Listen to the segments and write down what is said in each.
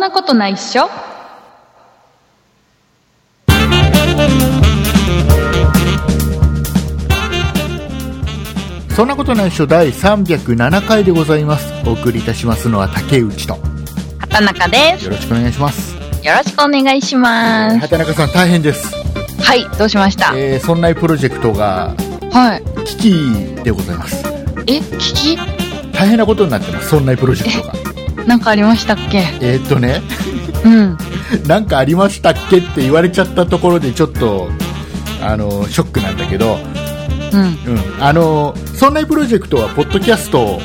なことないっしょそんなことないっしょ第307回でございますお送りいたしますのは竹内と畑中ですよろしくお願いしますよろしくお願いします畑中さん大変です、はいどうしましたえー、そんなプロジェクトがはい危機でございますえ聞き大変なことになってますそんなプロジェクトが なんかありましたっけえーっとねうんなんかありましたっけって言われちゃったところでちょっとあのショックなんだけど、うんうん、あのそんなプロジェクトはポッドキャストを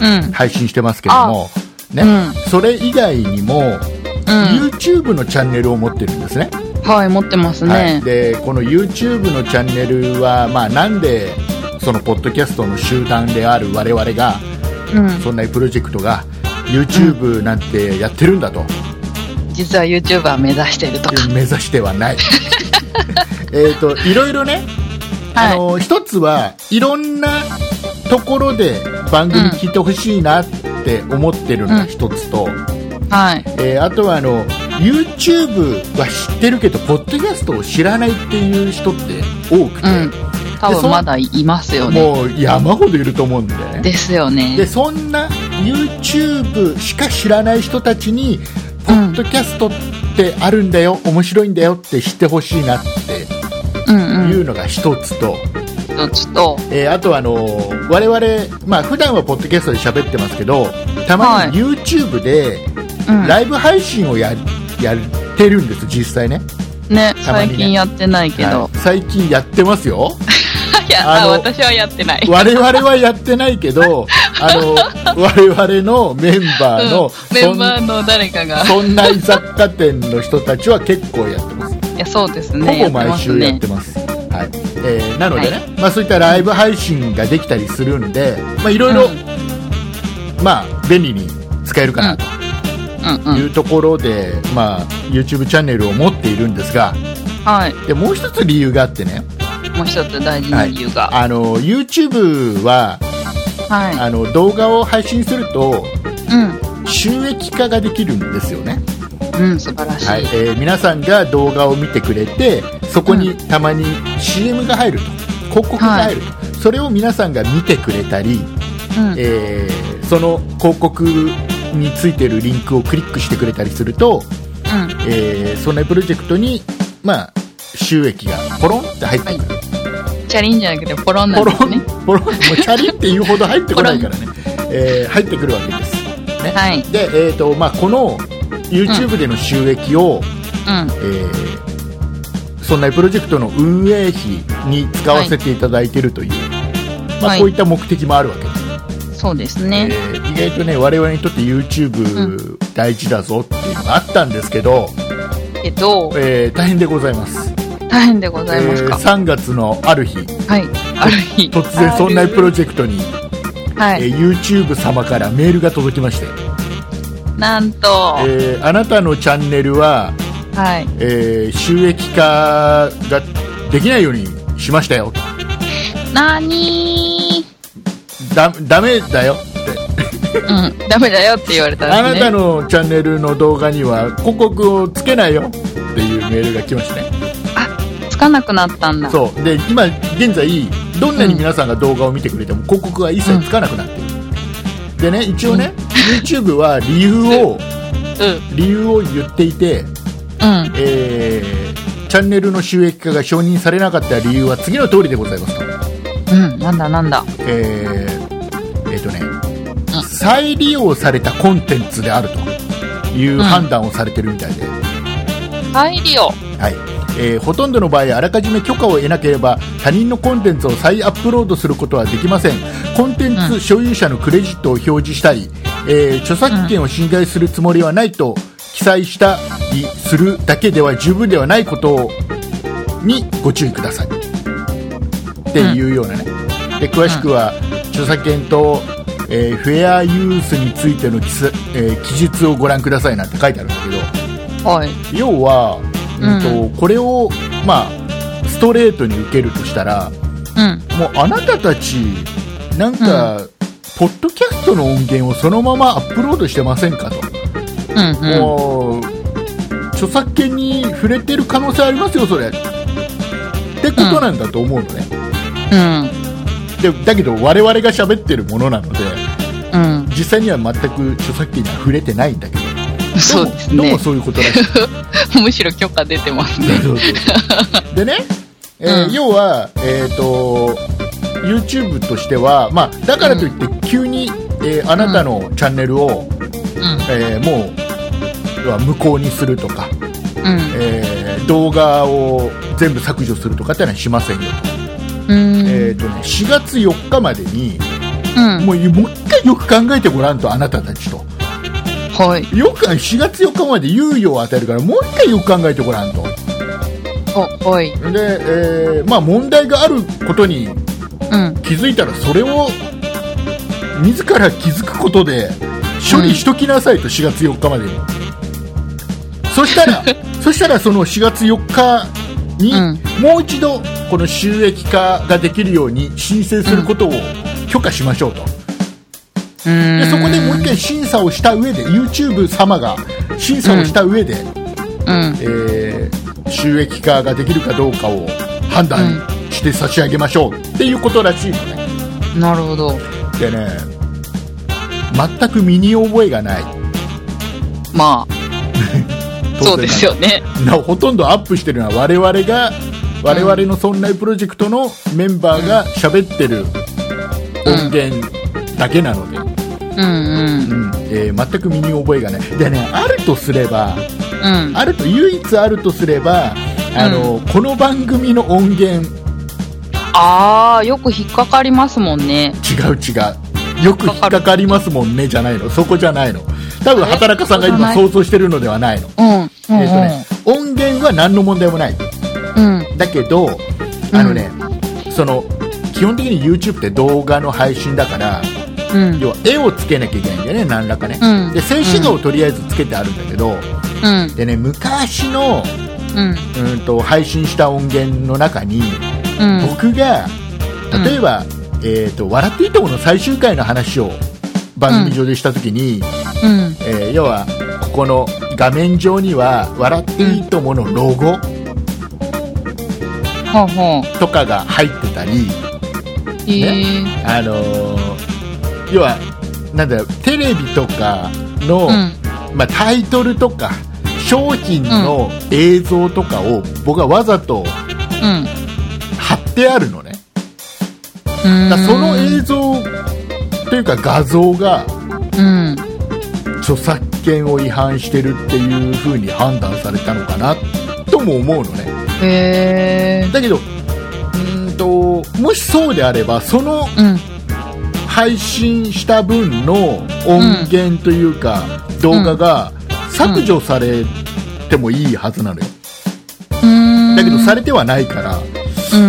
うん配信してますけども、ねうんそれ以外にも、う YouTube のチャンネルを持ってるんですね、んはい持ってますはい、ねでこの YouTube のチャンネルは、まあ、なんでそのポッドキャストの集団である我々がうんそんなプロジェクトが YouTube なんてやってるんだと、実は YouTuber 目指してるとか目指して はないえっといろいろねあはの一つはいろんなところで番組聞いてほしいなって思ってるのが一ついと、はいえーあとはあの YouTube は知ってるけどポッドキャストを知らないっていう人って多くて、うん多でそ分んまだいますよねもう山ほどいると思うんだよねですよでねそんな YouTube しか知らない人たちにポッドキャストってあるんだよ、面白いんだよって知ってほしいなってうんういんうのが一つと、とちょっとえーあとあのー我々、まあ普段はポッドキャストで喋ってますけどたまに YouTube でうんライブ配信をややってるんです実際ねねたまに最ね近やってないけどはい最近やってますよ いやああの私はやってない我々はやってないけどあ の我々のメンバーうの、んメンバーの誰か がそんそんな雑貨店の人たちは結構やってますいやそうですねほぼ毎週やっますねてますはいえーなのでね、まあ、そういったライブ配信ができたりするんでまあいろいろ、うんまあ、便利に使えるかなとうんういんうところで、まあ、YouTube チャンネルを持っているんですがはいでもう一つ理由があってねもう一つ大事な理由があの YouTube ははい、あの動画を配信するとう収益化ができるんですよね、んうん素晴らしい、はいえー皆さんが動画を見てくれてそこにたまに CM が入ると広告が入ると、それを皆さんが見てくれたり、うんえーその広告についてるリンクをクリックしてくれたりすると、うえー、そのプロジェクトに、まあ、収益がポロンって入ってくる、んチャリンじゃなくてポロンなポんですねロンポロンもうチャリっていうほど入ってこない からね、えー入ってくるわけです、ねはいで、えーとまあ、この YouTube での収益を、えーそんなプロジェクトの運営費に使わせていただいているという、はまあ、いこういった目的もあるわけです、うんそうですね、えー意外とね我々にとって YouTube 大事だぞっていうのがあったんですけど、けどえー大変でございます大変でございますか、えー3月のある日はいある日突然そんなプロジェクトに、はえいー YouTube 様からメールが届きまして、なんと、えーあなたのチャンネルは、はいえー収益化ができないようにしましたよなにだダメだよってーうんダメだよって言われたあらなねたのチャンネルの動画には広告をつけないよっていうメールが来ましたねつかなくなったんだそうで今現在どんなに皆さんが動画を見てくれても広告は一切つかなくなってる、でね一応ね、YouTube は理由をうん理由を言っていて、うんえーチャンネルの収益化が承認されなかった理由は次の通りでございますと、うんなんだなんだえーえーとね、再利用されたコンテンツであるという判断をされてるみたいで、再利用はいえーほとんどの場合あらかじめ許可を得なければ他人のコンテンツを再アップロードすることはできませんコンテンうツ所有者のクレジットを表示したり、えー著作権を侵害するつもりはないと記載したりするだけでは十分ではないことにご注意くださいっていうようなねで詳しくは著作権と、えーフェアユースについての記,、えー記述をご覧くださいなんて書いてあるんだけど、はい要は、うんとこれを、まあ、ストレートに受けるとしたらうんもうあなたたちなんか、ポッドキャストの音源をそのままアップロードしてませんかとうんうん。もう著作権に触れてる可能性ありますよそれってことなんだと思うのね、うん。でだけど我々が喋ってるものなのでうん。実際には全く著作権には触れてないんだけどそうですどうもね。そういうことらしい むしろ許可出てますね。そうそうそう でね、えーうん要は、えー、と YouTube としては、まあ、だからといって急に、えーあなたのチャンネルを、うえーもう要は無効にするとか、ん。えー動画を全部削除するとかってのはしませんよ、うん。えーとね、4月4日までにうん。もうもう一回よく考えてごらんとあなたたちとはい。よく4月4日まで猶予を与えるからもう一回よく考えてごらんとお、はい。で、えーまあ、問題があることにうん。気づいたらそれを自ら気づくことで処理しときなさい と4月4日までに、そしたらそしたらその4月4日に、うもう一度この収益化ができるように申請することを許可しましょうと、ででそこでもう一回審査をした上で YouTube 様が審査をした上で、うん。えー収益化ができるかどうかを判断して差し上げましょうっていうことらしいのねなるほど。でね全く身に覚えがないまあ、そうですよね。なほとんどアップしてるのは我々が我々の「そんなプロジェクト」のメンバーが喋ってる音源だけなので、うんうん。うんえー全く身に覚えがないでねあるとすればうん。あると唯一あるとすればあの、この番組の音源ああ、よく引っかかりますもんね。違う違うよく引っかかりますもんねじゃないのそこじゃないの多分働かさんが今想像してるのではないのうん。うんうえーとねん。音源は何の問題もないうん。だけどあのね、その基本的に YouTube って動画の配信だからうん。要は絵をつけなきゃいけないんだよね何らかね、うんで静止画をとりあえずつけてあるんだけど、うん。でね昔のうん。うんと配信した音源の中に、うん。僕がうん例えば、えーと「笑っていいとも」の最終回の話を番組上でした時に、うん。えー要はここの画面上には「笑っていいとも」のロゴほうほう。とかが入ってたり、へえ。あのー要はなんだろうテレビとかうの、ん。まあ、タイトルとか商品の映像とかを僕はわざとうん。貼ってあるのね。うんだからその映像というか画像がうん。著作権を違反してるっていう風に判断されたのかなとも思うのねへえ。だけどうーんともしそうであればそのうん。配信した分の音源というか、動画が削除されてもいいはずなのよ、うん。だけどされてはないから、う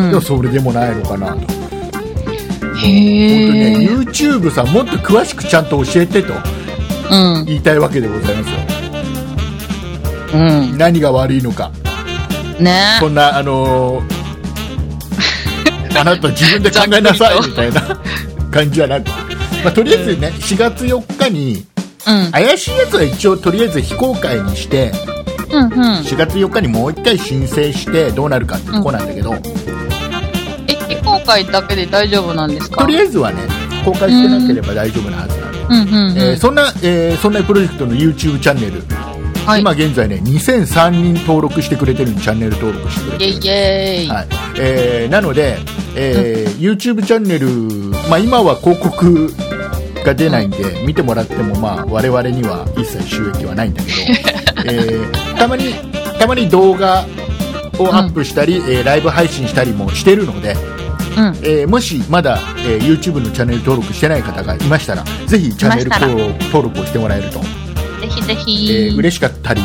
んでもそれでもないのかなと、本当にねへえ。 YouTube さんもっと詳しくちゃんと教えてとうん。言いたいわけでございますようん。何が悪いのかねこ んな、あのーあなた自分で考えなさい みたいな感じじゃなくて、まあ、とりあえずね、4月4日に、うん。怪しいやつは一応とりあえず非公開にして、うんうん。 4月4日にもう一回申請してどうなるかってとこなんだけど、え、非公開だけで大丈夫なんですかとりあえずはね、公開してなければ大丈夫なはずなので、うんうんうん。えーそんな、えーそんなプロジェクトの YouTube チャンネル、はい。今現在ね、2003人登録してくれてるんでチャンネル登録してくれてイるェんでイイェイ。はいえーなので、えー YouTube チャンネル、まあ、今は広告が出ないんで、見てもらっても、まあ、我々には一切収益はないんだ けど、えーたまにたまに動画をアップしたり、えーライブ配信したりもしてるので、うん。えーもしまだ、えー YouTube のチャンネル登録してない方がいましたらぜひチャンネルいましたら登録登録をしてもらえると、ぜひぜえひ。ー嬉しかったり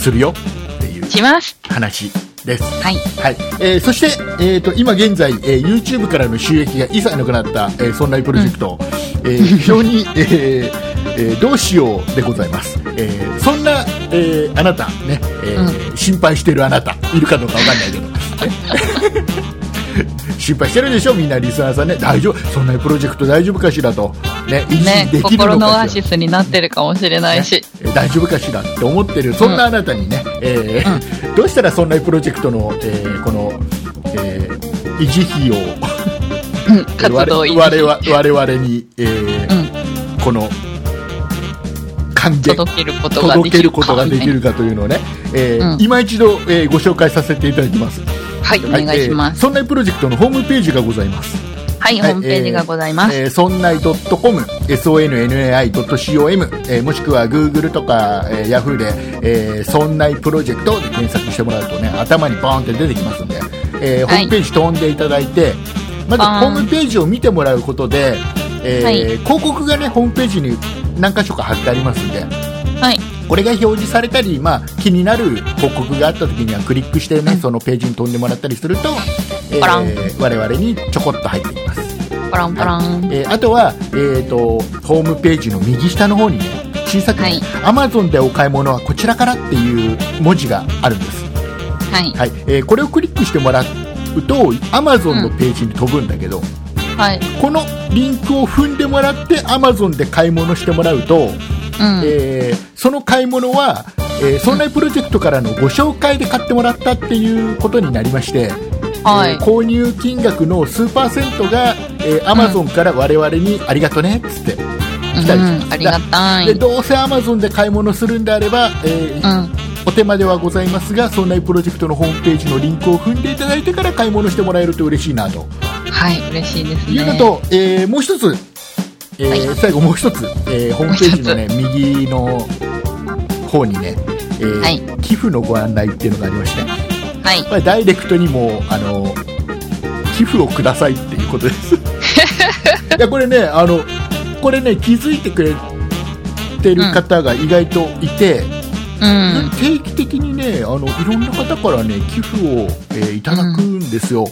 するよっていうします。話です。はい。はいえーそして、えー、と今現在、えー YouTube からの収益が一切なくなった、えー、そんなプロジェクト、えー非常に、えーえーどうしようでございます、えーそんな、えーあなたね、えー心配してるあなたいるかどうかわかんないけど 心配してるでしょみんなリスナーさんね大丈夫そんなプロジェクト大丈夫かしらとね維持ね で、きる心ののオかアしシら、スになってるかもしれないし。えー大丈夫かしらって思ってるそんなあなたにね、えーどうしたらそんなプロジェクトの、えーこの、えー維持費をうん活動我維々我持々我々に、えーうん、この還元届けることができ届けるるかことができるかというのをね、えーうん今一度、えーご紹介させていただきます。はい、お願いしまえーす。そんなプロジェクトのホームページがございます。はい、ホームページがございます。えー、そんない .com、sonnai.com、えーもしくは Google とか、えー、Yahoo で、えー、そんないプロジェクトで検索してもらうとね、頭にバーンって出てきますんで、えーホはいームページ飛んでいただいて、まずバーンホームページを見てもらうことで、えーはい広告がね、ホームページに何箇所か貼ってありますんで、はい、これが表示されたり、まあ、気になる報告があった時にはクリックしてね、そのページに飛んでもらったりすると、えパランー、我々にちょこっと入ってきます。パランパラン。えーあとは、えー、とホームページの右下の方にね小さく、はい Amazon でお買い物はこちらからっていう文字があるんです、はい、はいえーこれをクリックしてもらうと Amazon のページに飛ぶんだけど、はい、このリンクを踏んでもらって Amazon で買い物してもらうと、うん、えーその買い物は、えー、そんなプロジェクトからのご紹介で買ってもらったっていうことになりまして、はいえー購入金額の数パーセントが、えー、Amazon から我々にありがとねっつって来たりします、うん、ありがたい。でうん、どうせ Amazon で買い物するんであれば、えーお手間ではございますがそんなプロジェクトのホームページのリンクを踏んでいただいてから買い物してもらえると嬉しいなとはい、嬉しいですいうのね。と、えーもう一つ、えーはい最後もう一つ、えーホームページのね右の方にね、えーはい寄付のご案内っていうのがありまして、ね、はい、これダイレクトにもうあの寄付をくださいっていうことです いやこれねあのこれね気づいてくれてる方が意外といて、うん、定期的にねあのいろんな方からね寄付を、えーいただくんですよ、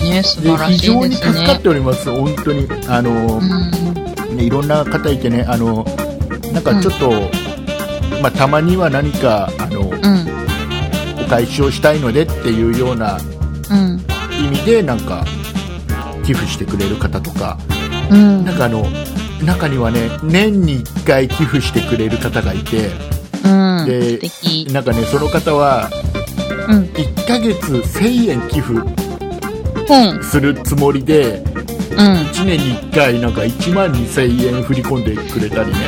ね、素で晴ら非しい常でにす助かっね。ております本当にあの、うん、ね、いろんな方いてねあのなんかちょっと、まあ、たまには何かあのうん、お返しをしたいのでっていうようなうん、意味でなんか寄付してくれる方とかうん、なんかあの中にはね年に1回寄付してくれる方がいてうん、で素敵。なんかねその方はうん、 1ヶ月1000円寄付うん、するつもりでうん、 1年に1回なんか1万2000円振り込んでくれたりね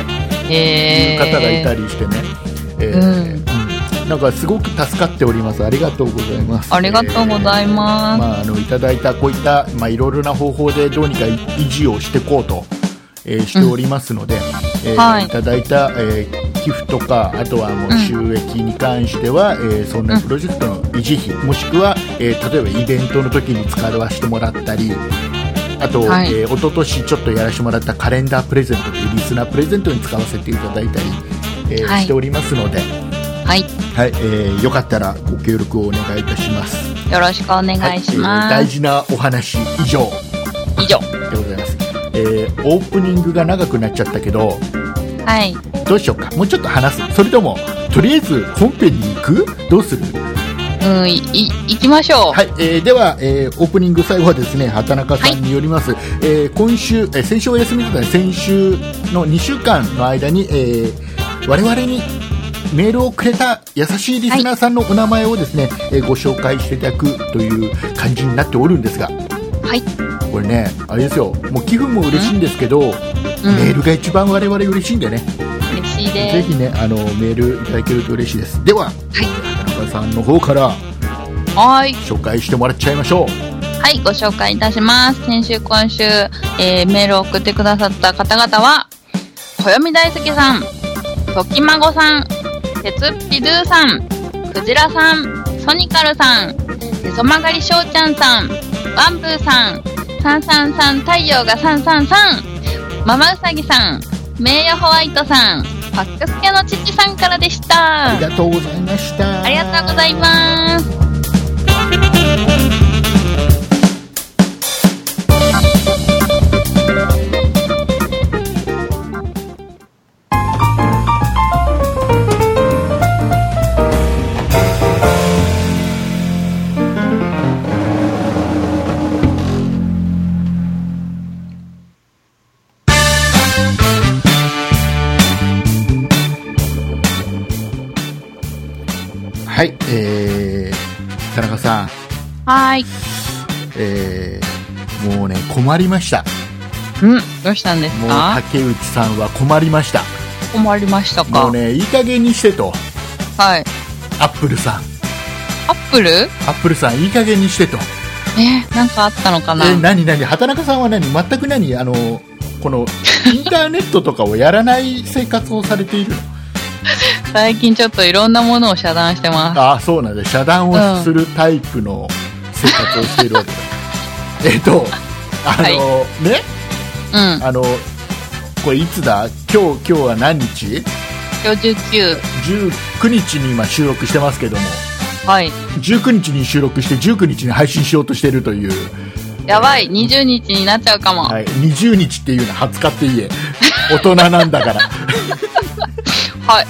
いえうー。方がいたりしてね、えーうんなんかすごく助かっておりますありがとうございますありがとうございえーます。まあ、あのいただいたこういった、まあ、いろいろな方法でどうにか維持をしていこうと、えーしておりますので、えーはいただいた、えー寄付とかあとはもううん収益に関しては、えーそんなプロジェクトの維持費、もしくは、えー例えばイベントの時に使わせてもらったりあと、はいえー一昨年ちょっとやらせてもらったカレンダープレゼントというリスナープレゼントに使わせていただいたり、えーはいしておりますので、ははい、いえーよかったらご協力をお願いいたします。よろしくお願いしまはいえー大す。事なお話以上以上。でございます、えーオープニングが長くなっちゃったけどはい。どうしようかもうちょっと話すそれともとりあえず本編に行くどうするうん、い、い行きましょう。はい、えーでは、えーオープニング最後はですね畑中さんによります、えー今週、えー先週お休みだった先週の2週間の間に、えー我々にメールをくれた優しいリスナーさんのお名前をですね、えーご紹介していただくという感じになっておるんですがはい。これね、あれですよ、もう寄付も嬉しいんですけど、うん、メールが一番我々嬉しいんでね、嬉しいぜです。ひねあの、メールいただけると嬉しいです。では、田中さんの方からはい。紹介してもらっちゃいましょう。はい、ご紹介いたします。先週、今週、えーメールを送ってくださった方々は、暦大好きさん、ときまごさん、鉄っぴドゥさん、クジラさん、ソニカルさん、へそ曲がりしょうちゃんさん、ワンブーさん、さんさんさん太陽がさんさんさん、ママウサギさん、名誉ホワイトさん、パックスケの父さんからでした。ありがとうございました。ありがとうございます。田中さん、はい。えーもうね、困りました。うん。どうしたんですもうか竹内さんは困りました。困りましたかもうね、いい加減にしてと、はい。アップルさん、アップルえアップルさん、いい加減にしてと。なんかあったのかなえー、何何畑中さんは何全く何あの、こ の、インターネットとかをやらない生活をされているの最近ちょっといろんなものを遮断してます。ああ、そうなんだ。遮断をするタイプの生活をしているわけだ。えっと、あの、ね、うん。あの、これいつだ今日、今日は何日今日19。 19日に今収録してますけどもはい。 19日に収録して19日に配信しようとしてるという、やばい。20日になっちゃうかも。はい、20日っていうのは20日って言え大人なんだ から、はい。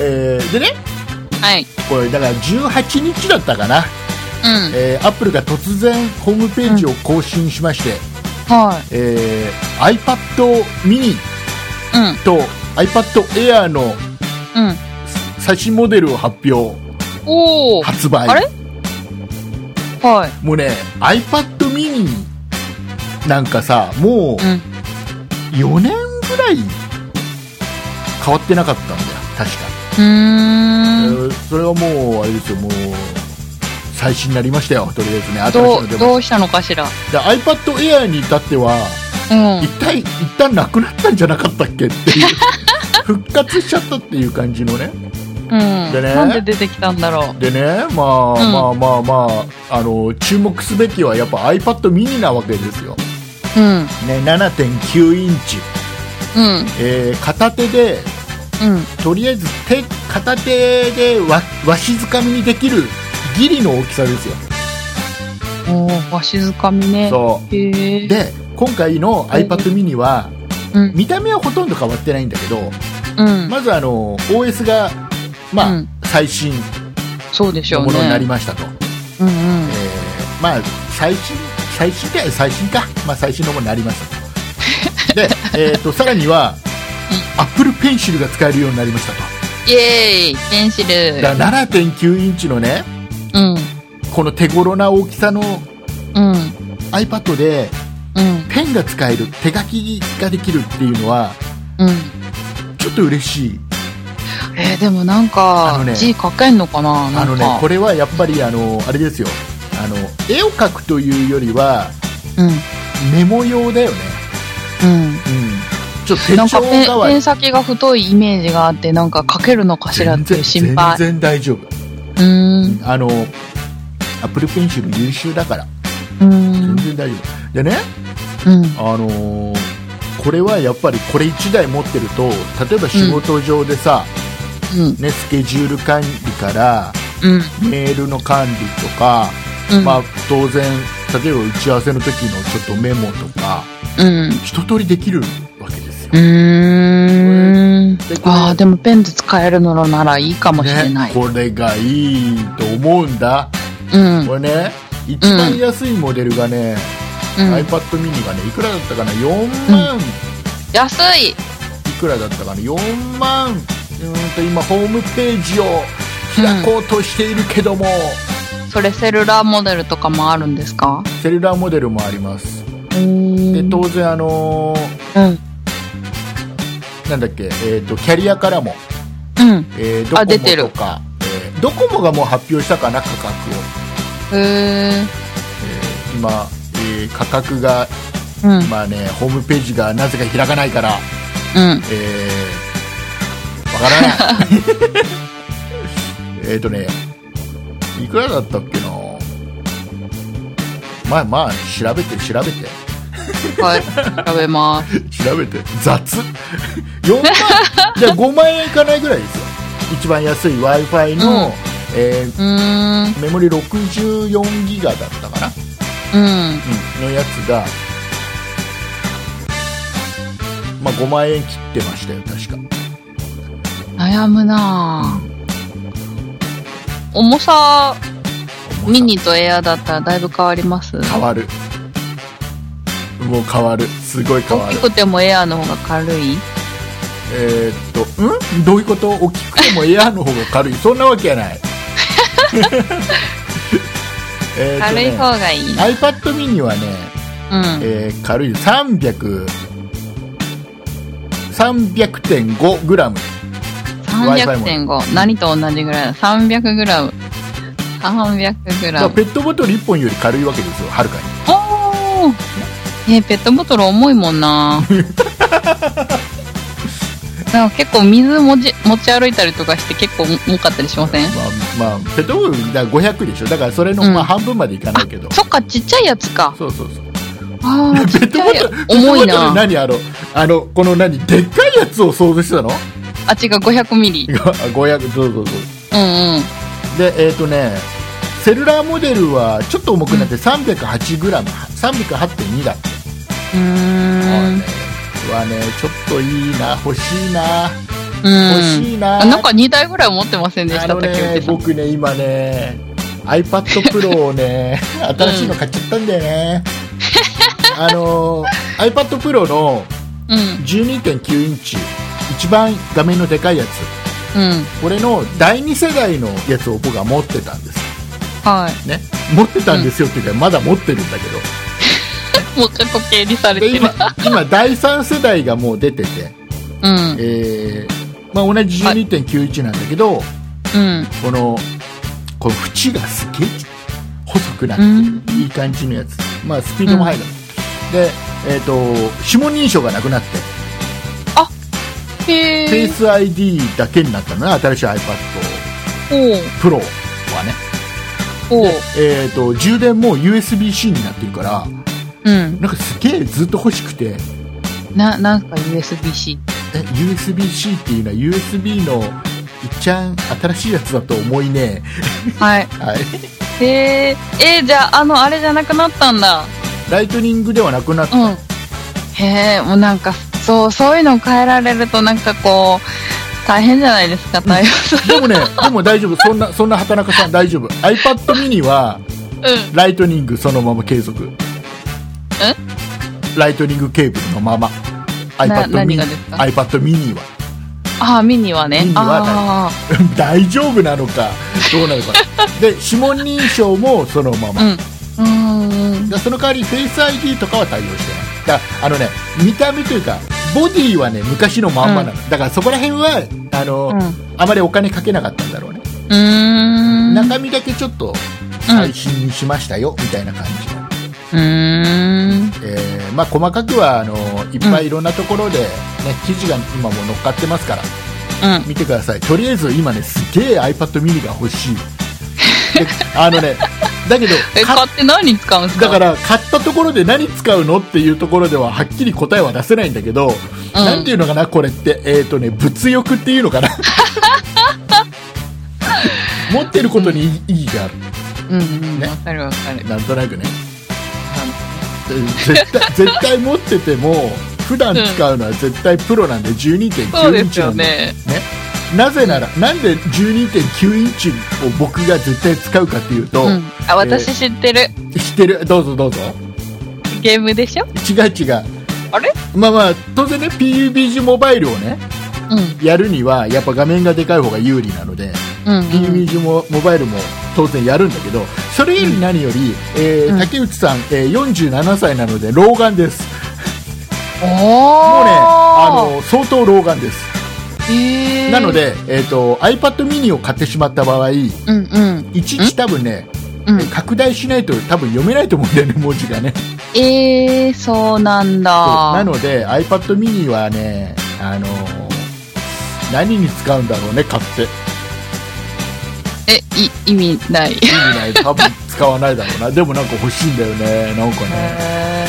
えーでねはい。これだから18日だったかな、うん。えーアップルが突然ホームページを更新しまして、はえー iPad mini い。うん。と iPad Air のうん。最新モデルを発表おー。発売あれはい。もうね iPad mini なんかさもう、うん。 4年ぐらい変わってなかったんだよ確か、うーん。えーそれはもうあれですよもう最新になりましたよとりあえずね新しいどのう、でどもうしたのかしら。で iPad Air に至ってはうん。一体一旦なくなったんじゃなかった っけっていう復活しちゃったっていう感じのねうん。でねなんで出てきたんだろでねまあ、うんまあまあまああの注目すべきはやっぱ iPad mini なわけですよう。うん。ね7.9インチ、うん。えー片手でうん。とりあえず手片手でわわしづかみにできるギリの大きさですよ、おー、わしづかみね。そへうー。で今回の iPad mini はうん。見た目はほとんど変わってないんだけどうん。まずあの OS が、まあうん最新そうでしょうのものになりね。ましたと、うんうんえ。ーまあ最新最新で最新か、まあ、最新のものになり ましたとで、えー、とさらには Apple Pencil が使えるようになりましたとイエーイペンシル。だから7.9インチのねうん。この手頃な大きさのうん。 iPad でうん。ペンが使える手書きができるっていうのはうん。ちょっと嬉しいえー、でもなんあかのね、字書けんのかななあのんねかこ。れはやっぱりあのあれですよあの絵を描くというよりはうん。メモ用だよね、うん。うん、ちょっと手なん帳かペン代わペンり先が太いイメージがあって、なんか書けるのかしらっていう心配。全然大丈夫うーん。あのアップルペンシル優秀だからうーん全。然大丈夫でねうん。あのーこれはやっぱりこれ1台持ってると例えば仕事上でさ、うん。ね、スケジュール管理からうん。メールの管理とか、うん。まあ、当然例えば打ち合わせの時のちょっとメモとかうん。一通りできるわけですよ、うーんでこれああ、でもペンで使えるのならいいかもしれない。これがいいと思うんだ、うん。これね一番安いモデルがね、うん。 iPad mini がねいくらだったかな4万、い安いくらだったかな4万うーんと今ホームページを開こうとしているけども、それセルラーモデルとかもあるんですかセルラーモデルもありますでで当然あのーうん。なんだっけ、えー、とキャリアからもうん。えー、ドコあモ出てるとか、えードコモがもう発表したかな価格へを、え。えー今、えー価格がうん。今ねホームページがなぜか開かないからうん。えー、わから ないえっとねいくらだったっけなまあまあ調べて調べてはい。食べます。調べて雑 4万じゃあ5万円いかないぐらいですよ一番安い w i f i の、うんえーうーん。メモリ64ギガだったかな、うん。のやつが、まあ、5万円切ってましたよ確か悩むなぁ。重さ、ミニとエアだったらだいぶ変わります変わるもう変わるすごい変わ大るきくてもエアの方が軽いえーっとうんどういうこと大きくてもエアーの方が軽いそんなわけやない えーと軽いね方がいい。 iPad mini はね、うん。えー軽い300 300.5グラム300.5。何と同じぐらいだ ?300g。まあ 300g。ペットボトル1本より軽いわけですよはるかにおーえーペットボトル重いもんな なんか結構水持ち持ち歩いたりとかして結構重かったりしませんまあ、まあ、ペットボトルだから500でしょだからそれの、うんまあ、半分までいかないけどそっかちっちゃいやつかそうそうそうあ あちペっッちトゃボいトやル重いペットボトルな何あのあのこの何でっかいやつを想像してたの あ違う500ミリ500そうそうそううんうんでえっ、とねセルラーモデルはちょっと重くなって 308g308.2 だったうーんはねちょっといいな欲しいな欲うんしいなあなんか2台ぐらい持ってませんでしあたの竹ね内さん僕ね今ね iPad Pro を ね新しいの買っちゃったんだよね、あの iPad Pro のうん12.9インチ一番画面のでかいやうつんこれの第2世代のやつを僕は持ってたんですはね持ってたんですよっていうか、まだ持ってるんだけどいもう過去形にされてるで今今第3世代がもう出てて、うんえーまあ、同じ12.91なんだけど、うんこのこの縁がすげえ細くなっうてんいい感じのやつ、まあ、スピードも速いから、で、えー、と指紋認証がなくなって、へフェイえス ID だけになったのね新しい iPad おう Pro はね、おうえー、と充電も USB-C になってるからうんなんかすげえずっと欲しくてななんすか USB-C え USB-C っていうのは USB のいっちゃん新しいやつだと思いねはいはいへええー、じゃああのあれじゃなくなったんだライトニングではなくなった、うんへえもうなんかそうそういうのを変えられるとなんかこう大変じゃないですか対応するでもねでも大丈夫そんなそんな畑中さん大丈夫 iPad mini はうんライトニングそのまま継続えライトニングケーブルのまま iPad 何 mini がですか iPad mini は ああミニはねミニは大丈あ大丈夫なのかどうなのか で指紋認証もそのまま、あうんうーんでその代わりフェイス ID とかは対応してないだあのね見た目というかボディはね昔のまんまなの、だからそこら辺はあの、うんあまりお金かけなかったんだろうね、うーん中身だけちょっと最新にしましたよ、みたいな感じのうーんえーまあ、細かくはあのいっぱいいろんなところで、ね記事が今もう乗っかってますからうん見てくださいとりあえず今ねすげえ iPad mini が欲しい であのねだけどえか買って何に使うんですかだから買ったところで何使うのっていうところでははっきり答えは出せないんだけど、なんていうのかなこれってえっ、とね物欲っていうの かな持ってることに意義があるうんうんねわかるわかるなんとなくね絶対絶対持ってても普段使うのは絶対プロなんでそう12.9イでンすチなよんでねなぜならなんで12.9インチを僕が絶対使うかっていうと、うんあ私知ってる知ってるどうぞどうぞゲームでしょ違う違うあれまあまあ当然ね PUBG モバイルをねうんやるにはやっぱ画面がでかい方が有利なので、うんうん PUBG もモバイルも当然やるんだけどそれより何より、えーうん竹内さん、えー47歳なので老眼ですおもうねあおの相当老眼ですへえなので、えー、と iPad mini を買ってしまった場合いうんうんちいち多分ね、うん拡大しないと多分読めないと思うんだよね 文字がねえー、そうなんだなので iPad mini はねあの何に使うんだろうね買って意えい意味ない味ない多分使わないだろうなでもなんか欲しいんだよねなんかねへ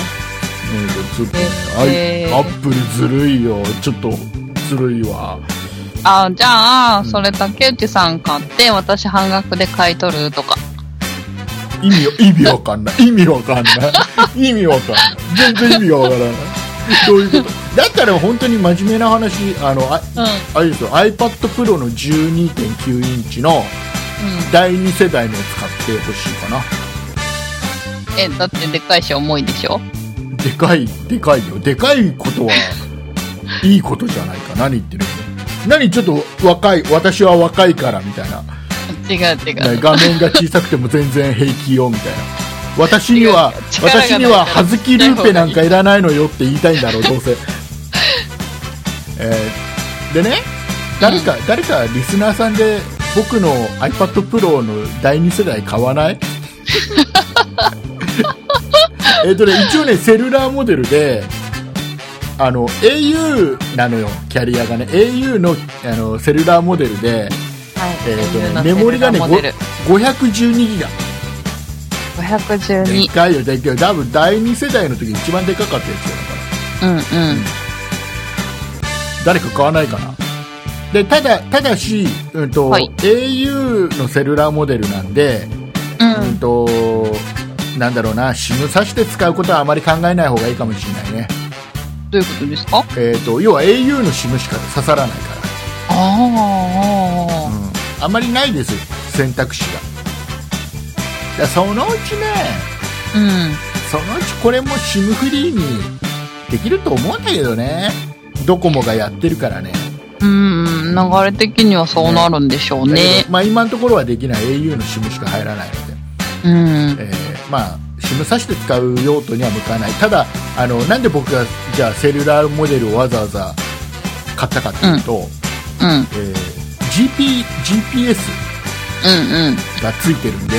うんちょっとねえあいアップルずるいよちょっとずるいわーあじゃあんそれ竹内さん買って私半額で買い取るとか意味を意味わかんない意味わかんない意味わかんない全然意味がわからないどういうことだったら本当に真面目な話あのあうんうんあれですよ iPad Pro の12.9インチの第2世代のを使ってほしいかなえだってでかいし重いでしょでかいでかいよでかいことはいいことじゃないか何言ってるの何ちょっと若い私は若いからみたいな違う違ねう。画面が小さくても全然平気よみたいな私には違う違う私に力がないは葉から月ルーペなんかいらないのよって言いたいんだろうど うせ、えーでね誰か、誰かリスナーさんで僕の iPadPro の第2世代買わない えっとね一応ねセルラーモデルであの au なのよキャリアがね au のあのセルラーモデルではい。えーとねとメモリがねモデル512ギガでっ512。かいよでっかいよ多分第2世代の時一番でかかったやつだからうんうん。誰か買わないかなでただただし、うんとはい au のセルラーモデルなんで、ううんん。となんだろうな SIM 挿して使うことはあまり考えない方がいいかもしれないね、どういうことですかえー、と要は au の SIM しか刺さらないかあら、うん、あまりないです選択肢がいやそのうちねあ。うん。そのうちこれも SIM フリーにできると思うんだけどねドコモがやってるからねうん、流れ的にはそうなるんでしょうだけどね。まあ、今のところはできない au の SIM しか入らないので、うん。えーまあ、SIM 挿して使う用途には向かないただあのなんで僕がじゃあセルラーモデルをわざわざ買ったかっていうと、うん。うんえー GP GPS がついてるんで、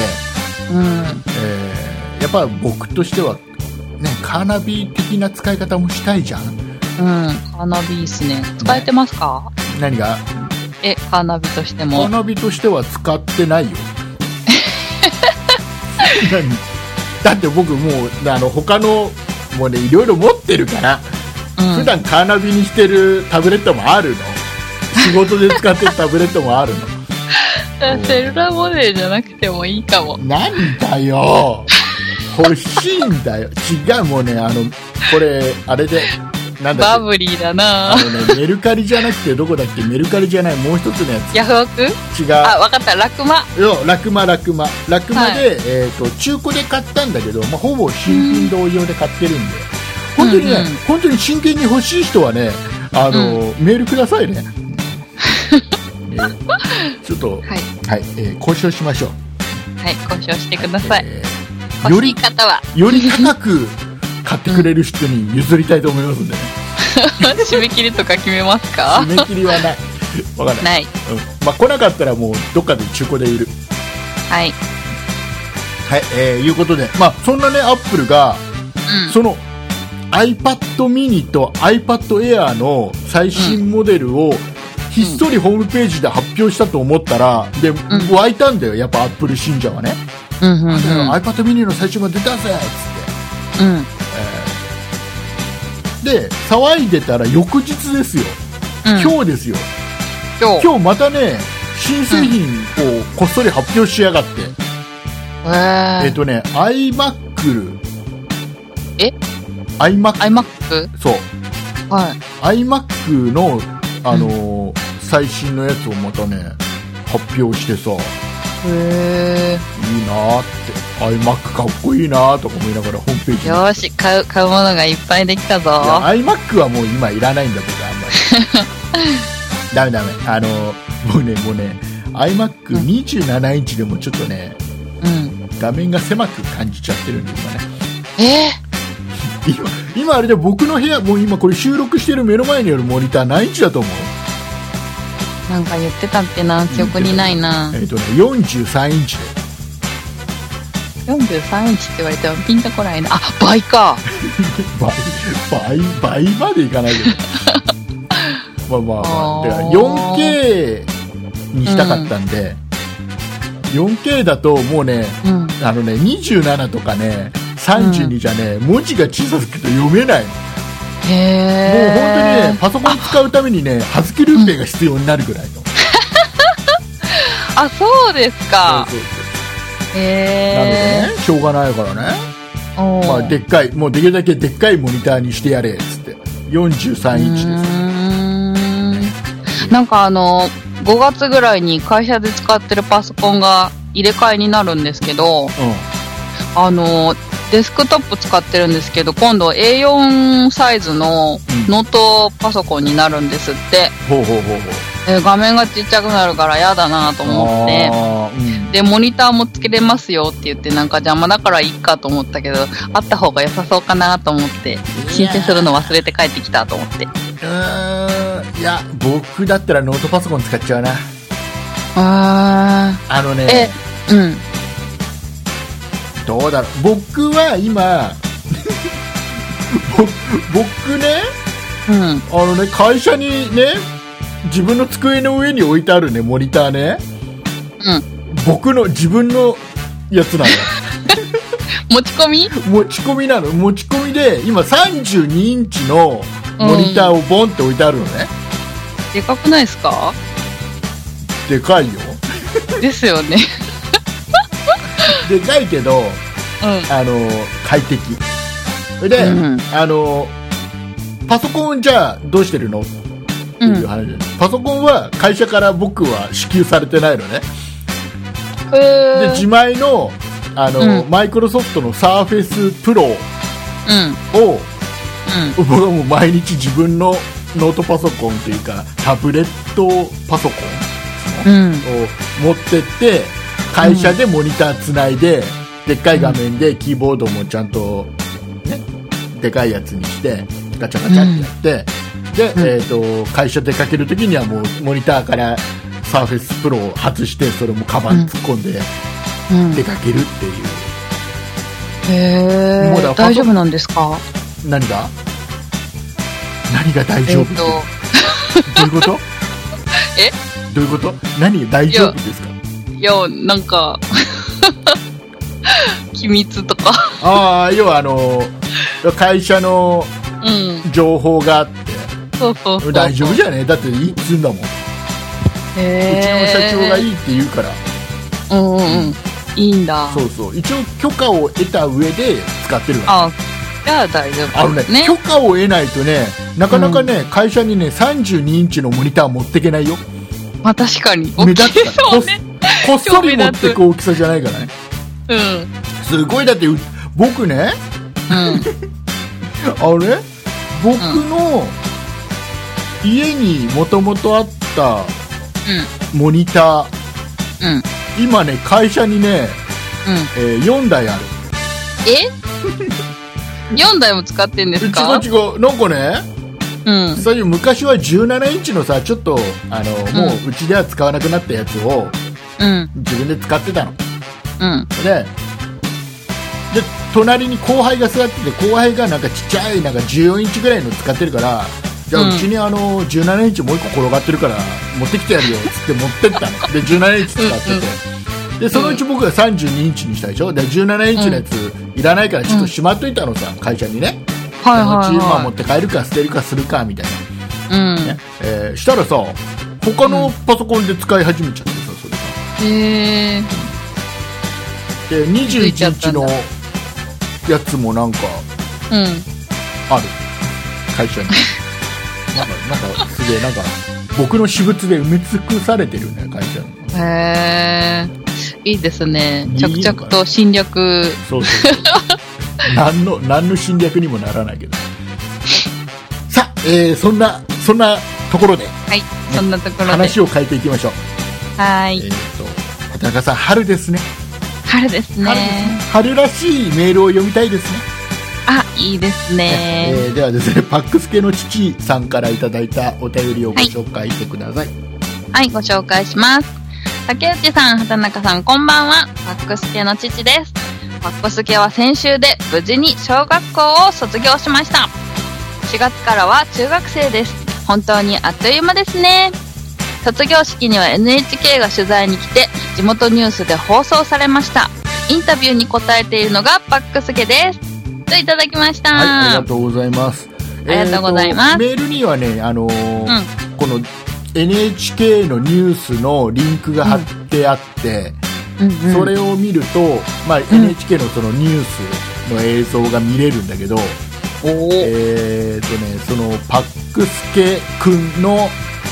うん。うん。えーやっぱ僕としては、ね、カーナビ的な使い方もしたいじゃんうん。カーナビいいっすね。使えてますか何がえ、カーナビとしてカーも。ナビとしては使ってないよ 何だって僕もうあの他のもうねいろいろ持ってるから、うん。普段カーナビにしてるタブレットもあるの仕事で使ってるタブレットもあるのセルラーモデルじゃなくてもいいかも。なんだよ欲しいんだよ違うもうねあのこれあれでなんバだっけブリーだあなのねメルカリじゃなくてどこだっけメルカリじゃないもう一つのやヤフオクつ違うあ、わかった。ラクマ。よラクマラクマラクマで、はえー、と中古で買ったんだけど、まあ、ほぼ新品同様で買ってるんで本当にね、うんうん本当に真剣に欲しい人はねあの、メールくださ いね、えーちょっと、はいはい。えー交渉しましょう、はい。交渉してください。えーよ欲しいり方は、 より高く買ってくれる人に譲りたいと思いますんで、ね、締め切りとか決めますか 締め切りは ないわかんないない。うんまあ、来なかったらもうどっかで中古でいるはい。はい、えー、いうことで、まあ、そんなね、アップルが、うん。その iPad mini と iPad Air の最新モデルをひっそりホームページで発表したと思ったら、で、ん湧いたんだよ、やっぱ Apple 信者はね。うんうんうん。で iPad mini の最新版出たぜっつうん。って。で、騒いでたら翌日ですよ。うん今日ですよ。今日。今日またね、新製品をこっそり発表しやがって。えっ、えとね、iMac。え ?iMac。 iMac? そう。はい。 iMac の、あのー最新のやつをまたね発表してさいへいなーって iMac かっこいいなーとか思いながらホームページー。よーし、買う、買うものがいっぱいできたぞ。は iMac はもう今いらないんだけどあんま りダメダメあのーもうねもうね iMac27 インチでもちょっとねうん。画面が狭く感じちゃってるんで今ねえ今今あれで僕の部屋もう今これ収録してる目の前にあるモニター何インチだと思うー、なんか言ってたっけな、記憶にないな。えっ、とね43インチで43インチって言われてもピンとこないな。あ、倍か。倍倍倍までいかないけどまあま あまあだから 4K にしたかったんで、4K だともうねうん。あのね27とかね32じゃね、文字が小さすぎて読めないもう本当にへー。ねパソコン使うためにね葉月ルーペが必要になるぐらいの、あ、そうですか。そうそうそうなのでへねしょうがないからね、ー。おーまあ、でっかいもうできるだけでっかいモニターにしてやれっつって43インチうですーんなんかあの、5月ぐらいに会社で使ってるパソコンが入れ替えになるんですけど、うんあの、デスクトップ使ってるんですけど、今度 A4 サイズのうんノートパソコンになるんですって。ほうほうほうほうえー画面がちっちゃくなるから嫌だなと思って。あーうんで、モニターもつけれますよって言って、なんか邪魔だからいいかと思ったけど、あった方が良さそうかなと思って、申請するの忘れて帰ってきたと思って。ーんいや僕だったらノートパソコン使っちゃうなああのー。えね、うん。どうだろう僕は今 ぼ僕ねうん。あのね会社にね自分の机の上に置いてあるねモニターねうん。僕の自分のやつなの持ち込み持ち込みなの持ち込みで今32インチのモニターをボンって置いてあるのね、でかくないですかでかいよですよね。でかいけどうあの快適で、うんあのパソコンじゃあどうしてるのってん。う。いうん話です、パソコンは会社から僕は支給されてないのねで自前のあの、うマイクロソフトのサーフェスプロをうん。僕はもう毎日自分のノートパソコンというかタブレットパソコうん。うん。ンを持ってって会社でモニターつないで、でっかい画面でキーボードもちゃんと、ね、でかいやつにしてガチャガチャってやって、で、うんえー、と会社出かける時にはもうモニターからサーフェスプロを外してそれもカバンに突っ込んでうん。出かけるっていう、へもうだー大丈夫なんですか何が何が大え丈ー夫ってと、どういうこと えどういうこと何が大丈夫ですかいや、なんか、 機密とか。ああ要はあの会社のうん。情報があっそうそうそてう。大丈夫ゃじゃねだっていいっつうんだもん、ん。へうちの社長がいい。いって言うからうんうんうん。いいんだ。そうそう一応許可を得た上で使ってるわあ、じゃあ大丈あ夫のねですね。許可を得ないとねなかなかね、会社にね32インチのモニター持ってけないよまあ確かに。目立つからそう こね。っこっそり持ってく大きさじゃないからねうん。すごいだってう僕ねうん。あれ僕の家にもともとあったモニターうん。うん。今ね会社にね、うん。えー4台あるえ ?4 台も使ってんでうすちかのちごなんかねうん。最初昔は17インチのさちょっとあの、もううちでは使わなくなったやつをうん。自分で使ってたのでうん。で隣に後輩が座ってて後輩がなんかちっちゃいなんか14インチぐらいの使ってるからじゃうんあうちにあの17インチもう一個転がってるから持ってきてやるよっつって持ってったので17インチ使ってて、うんでそのうち僕が32インチにしたでしょで17インチのやついらないからちょっとしまっといたのさ、会社にね、はいそのうちまあは持って帰るか捨てるかするかみたいいはい。な、ねえーしたらさ他のパソコンで使い始めちゃってさそれさうん。へえ。でいちゃっ21インたチんだのやつもなんかうん。ある会 社になんかなんかすげえなんか僕の私物で埋め尽くされてるね会社にへえ、いいですね。いいの着かな々と侵略。そうそうそう 何の何の侵略にもならないけどさあ、えーそんなそんなところではい、そんなところで。話を変えていきましょう、はえいっ、。と畑中さん春ですね春ですね春。ですね春らしいメールを読みたいですねあ、いいですえね。ーではですねパックスケの父さんからいただいたお便りをご紹介してください、はい、ご紹介します。竹内さん、畑中さん、こんばんは。パックスケの父です。パックスケは先週で無事に小学校を卒業しました。4月からは中学生です。本当にあっという間ですね。卒業式には NHK が取材に来て、地元ニュースで放送されました。インタビューに答えているのがパックスケです。といただきました。はいありがとうございますありがとうございますえーとメールにはねあのーこの NHK のニュースのリンクが貼ってあって、うんうんうんそれを見ると、まあ、NHK のそのニュースの映像が見れるんだけど、おーえーとね、そのパックスケくんの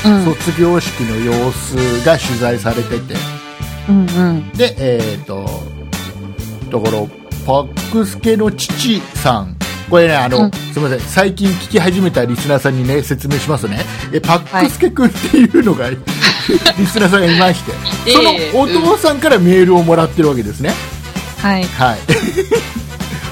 うん卒業式の様子が取材されてて、うんうんで、えーと、ところ、パックスケの父さんこれね、あうの、んすみません、最近聞き始めたリスナーさんにね、説明しますね。え、パックスケくんっていうのが、リスナーさんがいまして、 ええそのお父さんからメールをもらってるわけですね。はい。はい。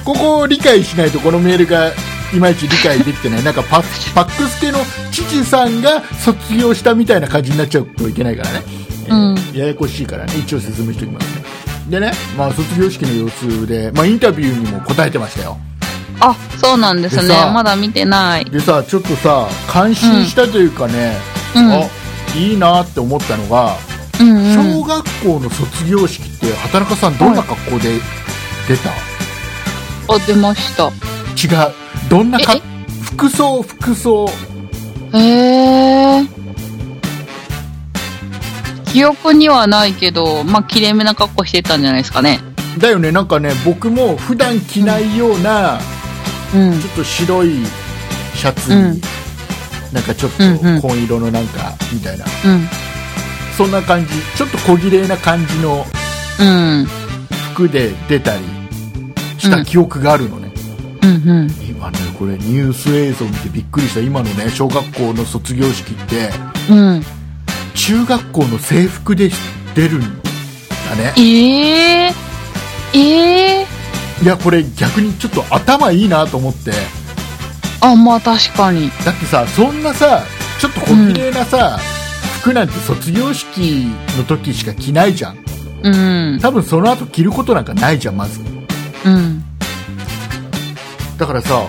ここを理解しないと、このメールが、いまいち理解できてない。なんかパ、パックスケの父さんが卒業したみたいな感じになっちゃうといけないからね。うん。ややこしいからね一応説明しておきますねでね、まあ、卒業式の様子で、まあ、インタビューにも答えてましたよあ、そうなんですねでさ。まだ見てない。でさちょっとさ感心したというかね、うんあいいなって思ったのが、うん、うん小。学校の卒業式って畑中さんどんな格好で出た、あ、出ました。違うどんなかえ服装服装へえ。記憶にはないけど、まあ、きれいめな格好してたんじゃないですかね。だよねなんかね僕も普段着ないような、うんち。ょっと白いシャツに、うんなんかちょっとうんうん紺色のなんかみたいなうん。そんな感じちょっと小綺麗な感じのうん。服で出たりした記憶があるのね、うん。うん。今ねこれニュース映像見てびっくりした今のね小学校の卒業式ってうん。中学校の制服で出るんだねええええいやこれ逆にちょっと頭いいなと思ってあ、まあ確かに。だってさそんなさちょっと小綺麗なさ、服なんて卒業式の時しか着ないじゃんうん。多分その後着ることなんかないじゃんまずうん。だからさ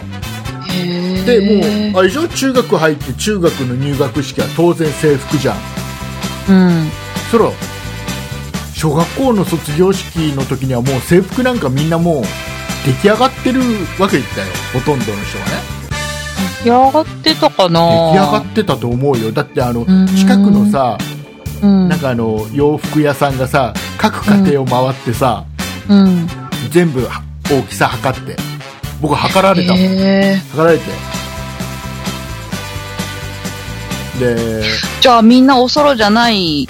へえ。でもうあれでしょ中学入って中学の入学式は当然制服じゃんうん。そら小学校の卒業式の時にはもう制服なんかみんなもう出来上がってるわけだよほとんどの人がね出来上がってたかな出来上がってたと思うよだってあのん近くのさうんなんかあの洋服屋さんがさ各家庭を回ってさ、うん。全部は大きさ測って僕測られたもん、へえ。測られてでじゃあみんなおそろじゃない。い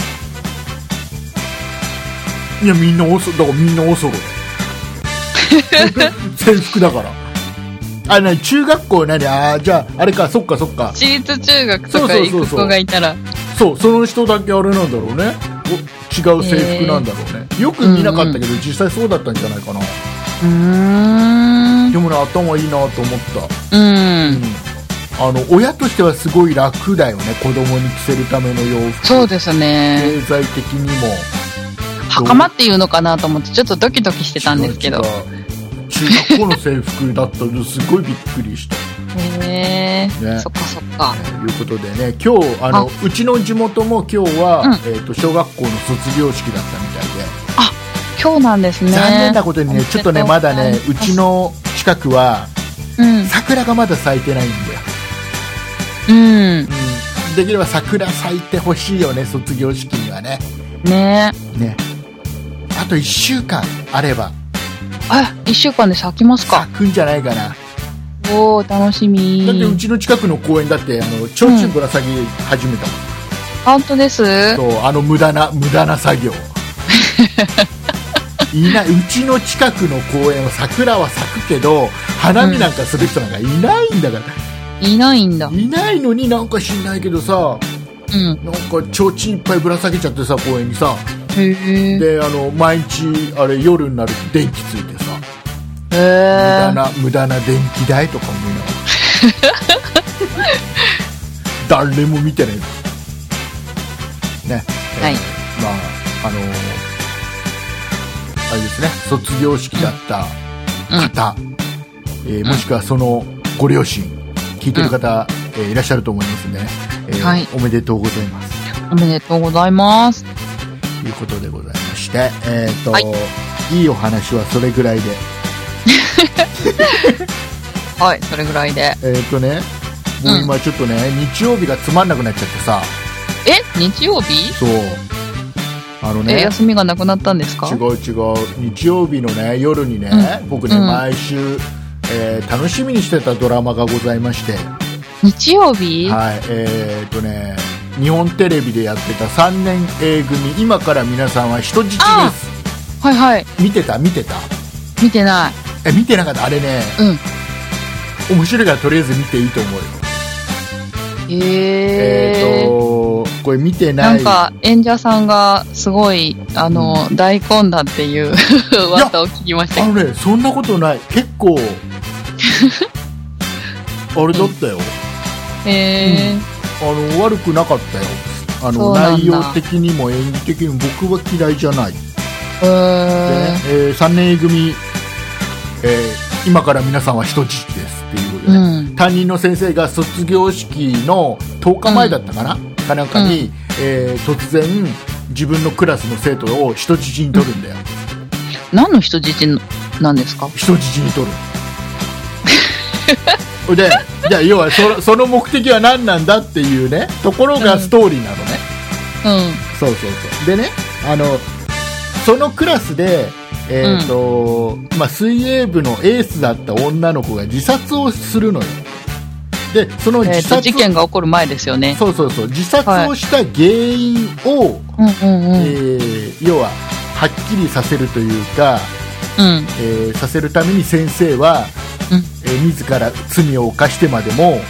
やみんなおそだからみんな おそろだよ制服だからあなに中学校何あーじゃああれかそっかそっか私立中学そとうかそうそ行うそうく子がいたら。そうその人だけあれなんだろうねお違う制服なんだろうね、よく見なかったけど、実際そうだったんじゃないかなうーん。でもね頭いいなと思った、ううんん。あの親としてはすごい楽だよね子供に着せるための洋服そうですね。経済的にも袴っていうのかなと思って、ちょっとドキドキしてたんですけど。中学校の制服だったのすごいびっくりしたへねえ。そっかそっか。ということでね今日あのあうちの地元も今日は、うえー、と小学校の卒業式だったみたいで、今日なんですね。残念なことにねちょっとねまだねうち。の近くはうん。桜がまだ咲いてないんだよ、うん。うん、できれば桜咲いてほしいよね卒業式にはねねねあと1週間あればあ、一週間で咲きますか。咲くんじゃないかなおー、楽しみだってう。ちの近くの公園だってあのちょうちんぶら下げ始めたもん本当ですそうあの無駄な無駄な作 業いないうちの近くの公園は桜は咲くけど花見なんかする人なんかいないんだから、いないんだ。いないのになんか知んないけどさうん。なんか提灯いっぱいぶら下げちゃってさ公園にさへえ。であの毎日あれ夜になると電気ついてさへ無駄え。な無駄な電気代とか思い ながら誰も見てないねはいえーまああのーあれですね卒業式だった方、えーもしくはそのご両親聞いてる方、えーいらっしゃると思いますね、えーはいおめでとうございますおめでとうございます。ということでございましてえっ、と、はいいいお話はそれぐらいではい、それぐらいで。えーっ、とね、もう今ちょっとね、日曜日がつまんなくなっちゃってさ、え、日曜日そう。あのえ、ね、休みがなくなったんですか違う違う、日曜日のね、夜にね、うん僕ね、うん毎週、えー楽しみにしてたドラマがございまして、日曜日はい、えーっ、とね、日本テレビでやってた3年 A 組、今から皆さんは人質あです。はいはい。見てた見てた見てない。え、見てなかったあれね、うん。面白いからとりあえず見ていいと思うよ。へえっ、えー。と、これ見てなない。んか演者さんがすごいあの大混乱っていう 噂を聞きましたけあどのね、そんなことない。結 構、あれだったよ。へえあの、悪くなかったよ。そあの、うなんだ内容的にも演技的にも僕は嫌いじゃない。でねー、へえ3年 A 組、えー今から皆さんは人質ですっていうことーうで、ん担任の先生が卒業式の10日前だったかな、かなんかに、えー突然自分のクラスの生徒を人質に取るんだよ何の人質なんですか人質に取る でじゃあ要はそその目的は何なんだっていうねところうがんストーリーなのね、うんそうそうそうでねあのそのクラスでえーとまあ、水泳部のエースだった女の子が自殺をするのよでそのえ自ーと殺事件が起こる前ですよね。そうそうそう自殺をした原因を、うんうんうえん。ー要ははっきりさせるというか、うん。えーさせるために先生は、うんえー自ら罪を犯してまでも、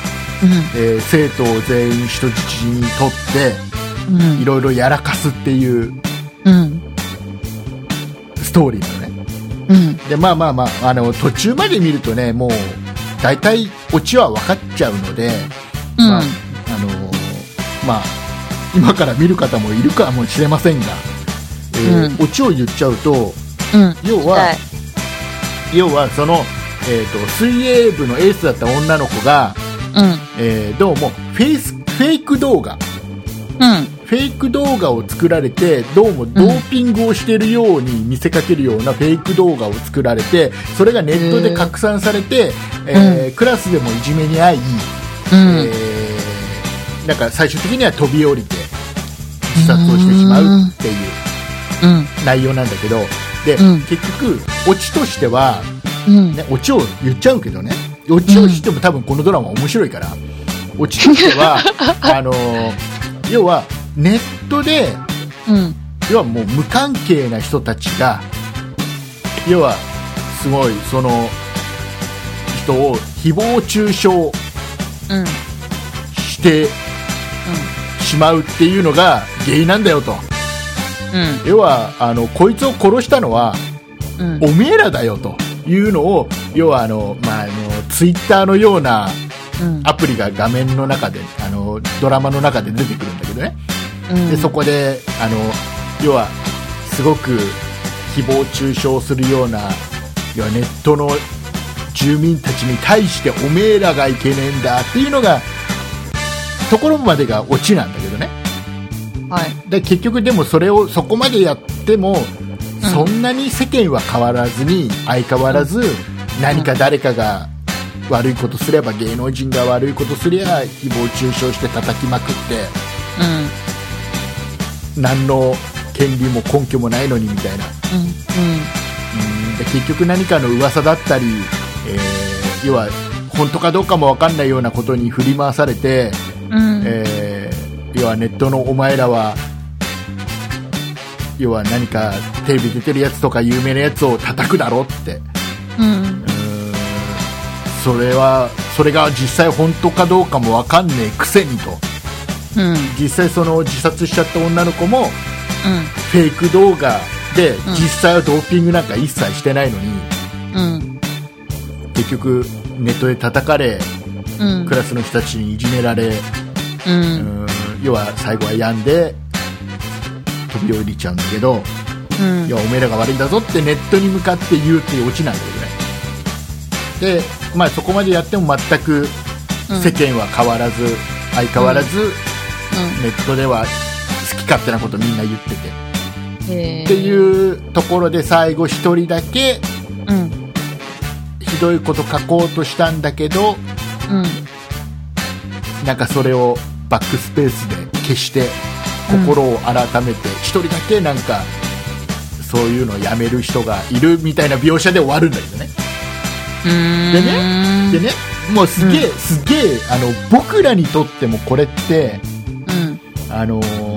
えー生徒を全員人質にとっうん。ていろいろやらかすっていううん。うん。ストーリーのねうん。でまあまあまああの途中まで見るとねもう大体オチは分かっちゃうので、うん。まああのーまあ、今から見る方もいるかもしれませんが、えーオチを言っちゃうとうん。要ははい。要はその、えー、と水泳部のエースだった女の子が、うん。えーどうもフェイスフェイク動画うん。フェイク動画を作られてどうもドーピングをしているように見せかけるようなフェイク動画を作られてそれがネットで拡散されて、えークラスでもいじめに遭い、うん。えーなんか最終的には飛び降りて自殺をしてしまうっていううん。内容なんだけどで、うん結局オチとしては、うん。ね、オチを言っちゃうけどねオチを知っても多分このドラマ面白いから、オチとしてはあのー要はネットでうん。要はもう無関係な人たちが要はすごいその人を誹謗中傷うん。してしまうっていうのが原因なんだよとうん。要はあのこいつを殺したのはうん。おめえらだよというのを要はあの、まあ、あのツイッターのようなうん。アプリが画面の中であのドラマの中で出てくるんだけどねうん。でそこであの要はすごく誹謗中傷するような要はネットの住民たちに対しておめえらがいけねえんだっていうのがところまでがオチなんだけどねはい。で結局でもそれをそこまでやっても、そんなに世間は変わらずに相変わらず何か誰かが悪いことすれば芸能人が悪いことすりゃ誹謗中傷して叩きまくってうん。何の権利も根拠もないのにみたいなうん。うんで結局何かの噂だったり、えー要は本当かどうかも分かんないようなことに振り回されて、うん。うん。えー要はネットのお前らは要は何かテレビ出てるやつとか有名なやつを叩くだろってううん。ーんそれはそれが実際本当かどうかも分かんねえくせにとうん。実際その自殺しちゃった女の子もフェイク動画でん実際はドーピングなんか一切してないのに、うん。結局ネットで叩かれうん。クラスの人たちにいじめられ、う。うんん、要は最後は病んで飛び降りちゃうんだけど、うんい。やおめえらが悪いんだぞってネットに向かって言うっていうオチなんだけどねで、まあ、そこまでやっても全く世間は変わらず、相変わらずネットでは好き勝手なことみんな言ってて、へーっていうところで最後1人だけうん。ひどいこと書こうとしたんだけどうん。なんかそれをバックスペースで消して心を改めて1人だけなんかそういうのをやめる人がいるみたいな描写で終わるんだけどねででねでねもうすげえ、すげえあの僕らにとってもこれってうん。あのー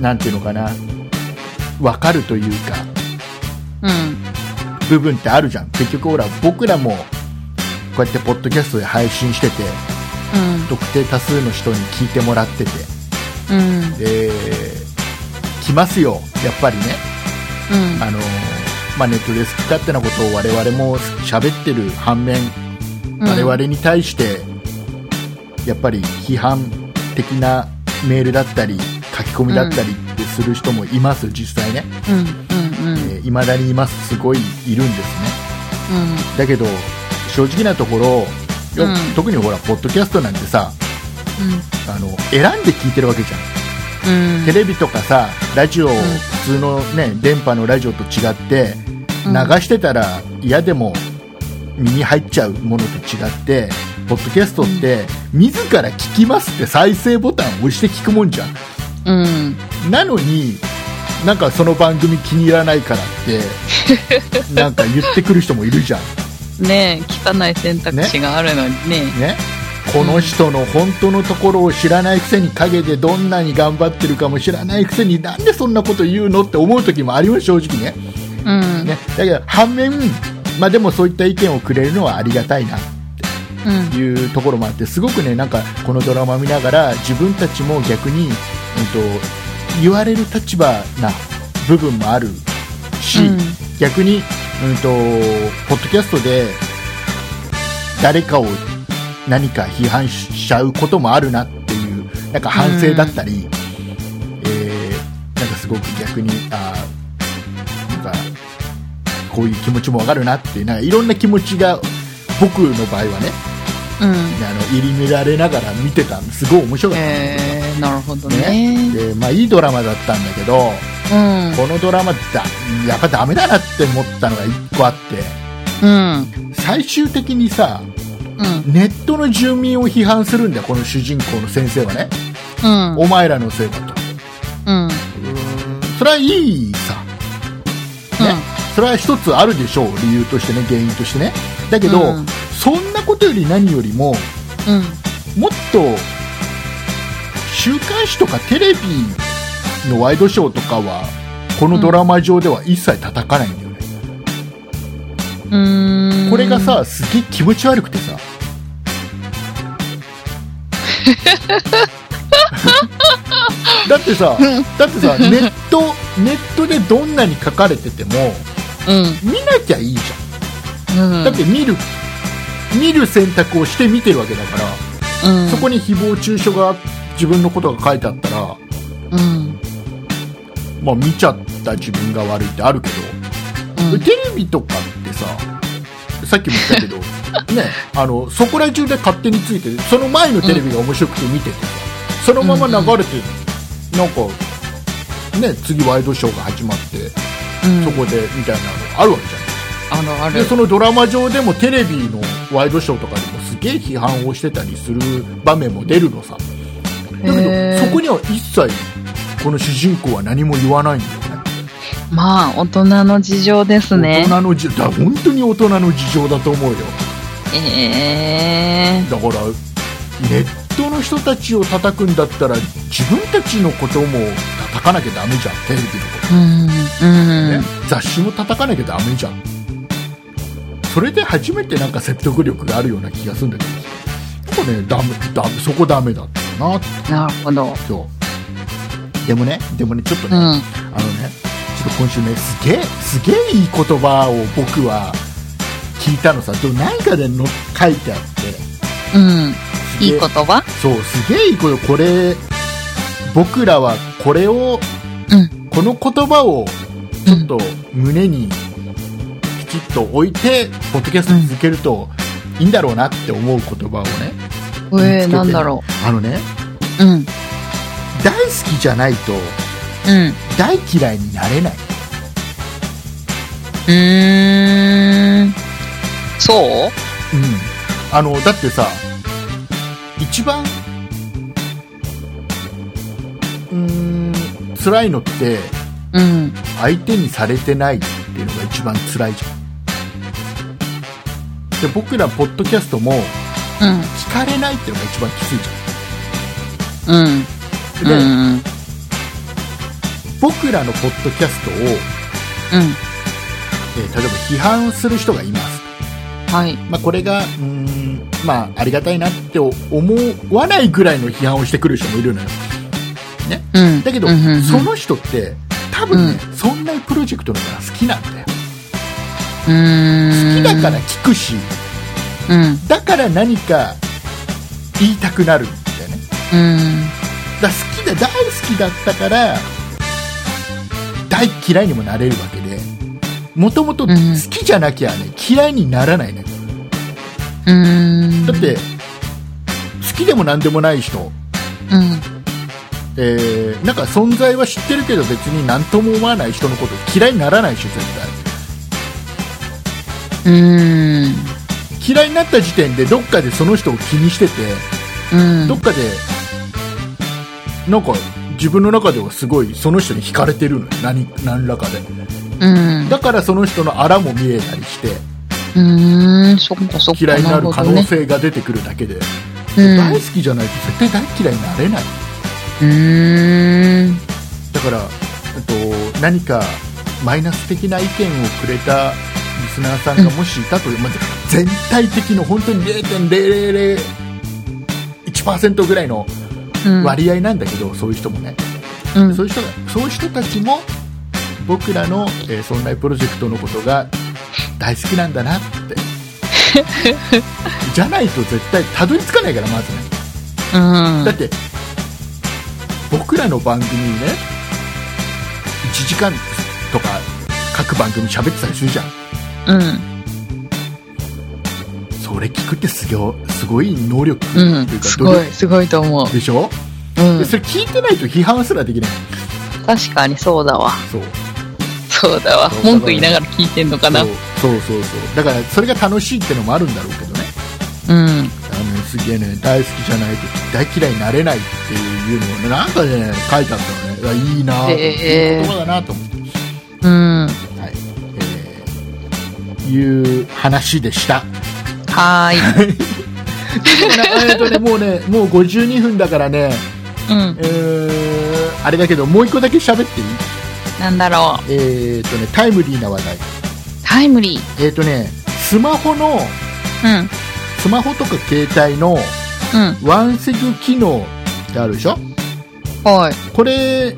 なんていうのかな分かるというかうん。部分ってあるじゃん結局ほら僕らもこうやってポッドキャストで配信しててう特定多数の人に聞いてもらっててんうんで来ますよやっぱりねうんあのまあ、ネットで好き勝手なことを我々も喋ってる反面、うん我々に対してやっぱり批判的なメールだったり書き込みだったりってする人もいます、実際ねうんうんうんいま、未だにいますすごいいるんですねうんだけど正直なところうよん特にほらポッドキャストなんてさあの選んで聞いてるわけじゃんうんテレビとかさラジオ、ん普通の、ね、電波のラジオと違ってう流んしてたら嫌でも耳入っちゃうものと違ってポッドキャストって自ら聞きますって再生ボタンを押して聞くもんじゃんうんなのになんかその番組気に入らないからって なんか言ってくる人もいるじゃんねえ汚い選択肢があるのにねねこの人の本当のところを知らないくせに陰でどんなに頑張ってるかも知らないくせになんでそんなこと言うのって思う時もあります正直ねうんね、だけど反面、まあ、でもそういった意見をくれるのはありがたいなうんというところもあってすごくねなんかこのドラマ見ながら自分たちも逆に、うん、と言われる立場な部分もあるし、うん逆に、うん、とポッドキャストで誰かを何か批判しちゃうこともあるなっていうなんか反省だったり、えーなんかすごく逆にあーなんかこういう気持ちもわかるなっていうなんかいろんな気持ちが僕の場合はねうんあの入り乱れながら見てたんですごい面白かっえー、なるほどたねねでまあ、いいドラマだったんだけどうんこのドラマだやっぱダメだなって思ったのが1個あってうん最終的にさうんネットの住民を批判するんだよこの主人公の先生はね、うんお前らのせいだとうんそれはいいさ、ねそれは一つあるでしょう理由としてね原因としてねだけど、うんそんなことより何よりもうんもっと週刊誌とかテレビのワイドショーとかはこのドラマ上では一切叩かないんだよね、うんうんこれがさすげえ気持ち悪くて さだってさだってさネットネットでどんなに書かれててもうん見なきゃいいじうゃんんだって見る見る選択をして見てるわけだからうんそこに誹謗中傷が自分のことが書いてあったらうんまあ、見ちゃった自分が悪いってあるけうど、んテレビとかってささっきも 言ったけどねあのそこら中で勝手についててその前のテレビが面白くて見ててさそのまま流れて、なんか、ね、次ワイドショーが始まって、うんそこでみたいなのあるわけじあるあゃんでるそのドラマ上でもテレビのワイドショーとかでもすげえ批判をしてたりする場面も出るのさだけへどーそこには一切この主人公は何も言わないんだよねまあ大人の事情ですね大人のじだ本当に大人の事情だと思うよええだからネットの人たちを叩くんだったら自分たちのことも叩かなきゃダメじゃんテレビのこうんと、ねうん雑誌も叩かなきゃダメじゃんそれで初めてなんか説得力があるような気がするんだけどなんかねダメダメそこダメだったなってなるほどそうでもねでもねちょっとうね、んあのね、ちょっと今週ね、すげえ、すげえいい言葉を僕は聞いたのさ、でもなんかでの書いてあって、うんすげいいえ言葉そう、すげえいいこと、これ、僕らはこれを、うんこの言葉をちょっと胸にきちっと置いて、ポッドキャスト続けるといいんだろうなって思う言葉をね、えー、なんだろあのね、ううん大好きじゃないとうん大嫌いになれない。うーん。そううん、あのだってさ一番うーん辛いのってうん。相手にされてないっていうのが一番辛いじゃんで僕らポッドキャストもうん。聞かれないっていうのが一番きついじうん。ゃんうで、ん。僕らのポッドキャストを、えうん。ー例えば批判する人がいますはい。まあ、これがうーん、まあ、ありがたいなって思わないぐらいの批判をしてくる人もいるのようん。だけど、うんうんうんその人って多分ね、そんなプロジェクトのが好きなんだようー好んきだから。聞くしうん。だから何か言いたくなるんだよねうん。だから好きで大好きだったから大嫌いにもなれるわけでもともとんうん好きじゃなきゃね嫌いにならないねうーん。だっ、て好きでも何でもない人うん。えーなんか存在は知ってるけど別に何とも思わない人のこと嫌いにならないでしょ絶うーん。対嫌いになった時点でどっかでその人を気にしててうん。どっかでなんか自分の中ではすごいその人に惹かれてるのよ何何らかでうん。だからその人のあらも見えたりしてうーん。そっかそっか。嫌いになる可能る性が出てくるだけで、ほど大好ね。きじゃないと絶対大嫌いになれないうん。うーん。だから、えっと、何かマイナス的な意見をくれたリスナーさんがもしいたという、まあ全体的の本当に0.0001%ぐらいのうん。割合なんだけど、そういう人もね、うんそういう人がそういう人たちも僕らの、えー、存在プロジェクトのことが大好きなんだなって じゃないと絶対たどり着かないからまずねうんだって僕らの番組ね1時間とか各番組喋ってたりするじゃんうん。それ聞くってすごいすごい能力ってう。いうんか、す努ごい、力すごいと思う。でしょ、うんで。それ聞いてないと批判すらできない確かにそうだわ。そうそうだわそう。文句言いながら聞いてんのかな。うそうそうそうそうだからそれが楽しいってのもあるんだろうけどねん。あのすげえね大好きじゃないと大嫌いになれないっていうのをねなんかね書いてあったのねだからいいなぁへえいい言葉だなと思ってうん。はい、えーいう話 でした。は ーい。えーとね、もうね、もう52分だからね、うんえ。ーあれだけど、もう一個だけ喋っていいなんだろえっ、とね、タイムリーな話題。う。タイムリー。えっ、とね、スマホの、うん。スマホとか携帯のうん。ワンセグ機能ってあるでしょはい。これ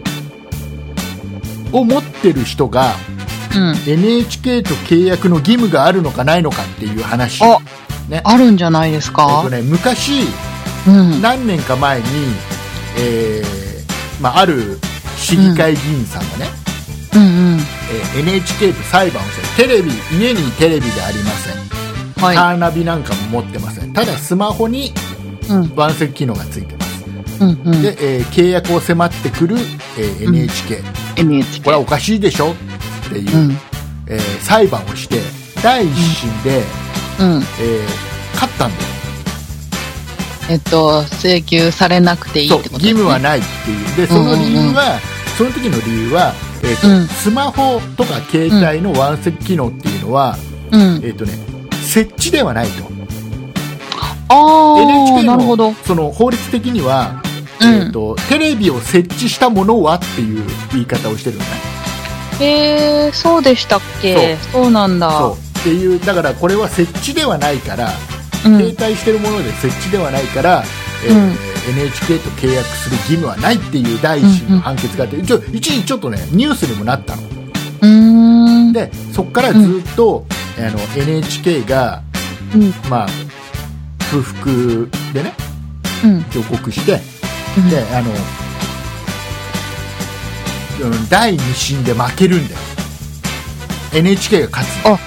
を持ってる人がうん。 NHK と契約の義務があるのかないのかっていう話。あ、ねあるんじゃないですえっかとね、昔、うん。何年か前に、えーまあ、ある市議会議員さんがね、うんうん。えー NHK と裁判をしてテレビ家にテレビがありません、はい。カーナビなんかも持ってませんただスマホにうん。ワンセグ機能がついてますうんうん。で、えー契約を迫ってくる、えー NHK、 NHK。これはおかしいでしょっていう、うん。えー裁判をして第一審で、うん。えー勝ったんだよえっと、請求されなくていいっそてうこと義務はないっていうでその理由は、その時の理由は、えーとうんスマホとか携帯のワンセグ機能っていうのは、うん。えーとね、設置ではないとああ、 NHK なるほどの。その法律的には、うんえー、とテレビを設置したものはっていう言い方をしてるのねへえ、そうでしたっけそうなんだそ。うっていうだからこれは設置ではないから、うん。携帯してるもので設置ではないから、えーうん NHK と契約する義務はないっていう第一審の判決があって、一応一時ちょっとねニュースにもなったの。うーん。でそこからずっと、あの NHK が、うん。まあ、空腹でねうん。予告してうんであの、うん、第2審で負けるんだよ NHK が勝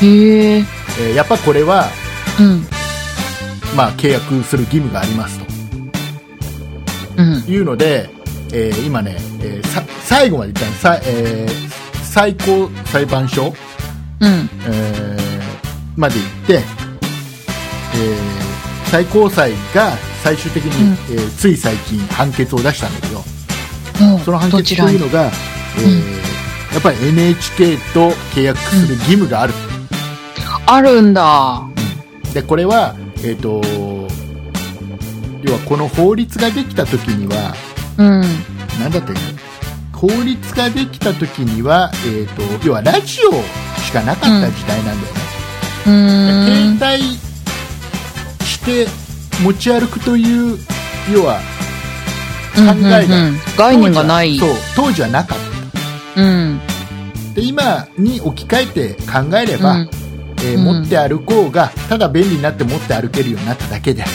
つ、へえ。えーやっぱこれは、うん。まあ、契約する義務がありますうん。というので、えー今ね、えーさ最後まで言ったのさ、えー最高裁判所うん。えーまで行って、えー最高裁が最終的に、えーつい最近判決を出したんだけどもうその判ど決ちとらいにうのが、えーやっぱり NHK と契約する義務がある、あるんだ。でこれは、えー、と要はこの法律ができた時にはうん。何だったっけ法律ができた時には、えー、と要はラジオしかなかった時代なんだよね、うーん。携帯して持ち歩くという要は考えが、うんうんうん概念がない当時はそう当時はなかっうん。たで今に置き換えて考えれば、うんえーうん持って歩こうがただ便利になって持って歩けるようになっただけである、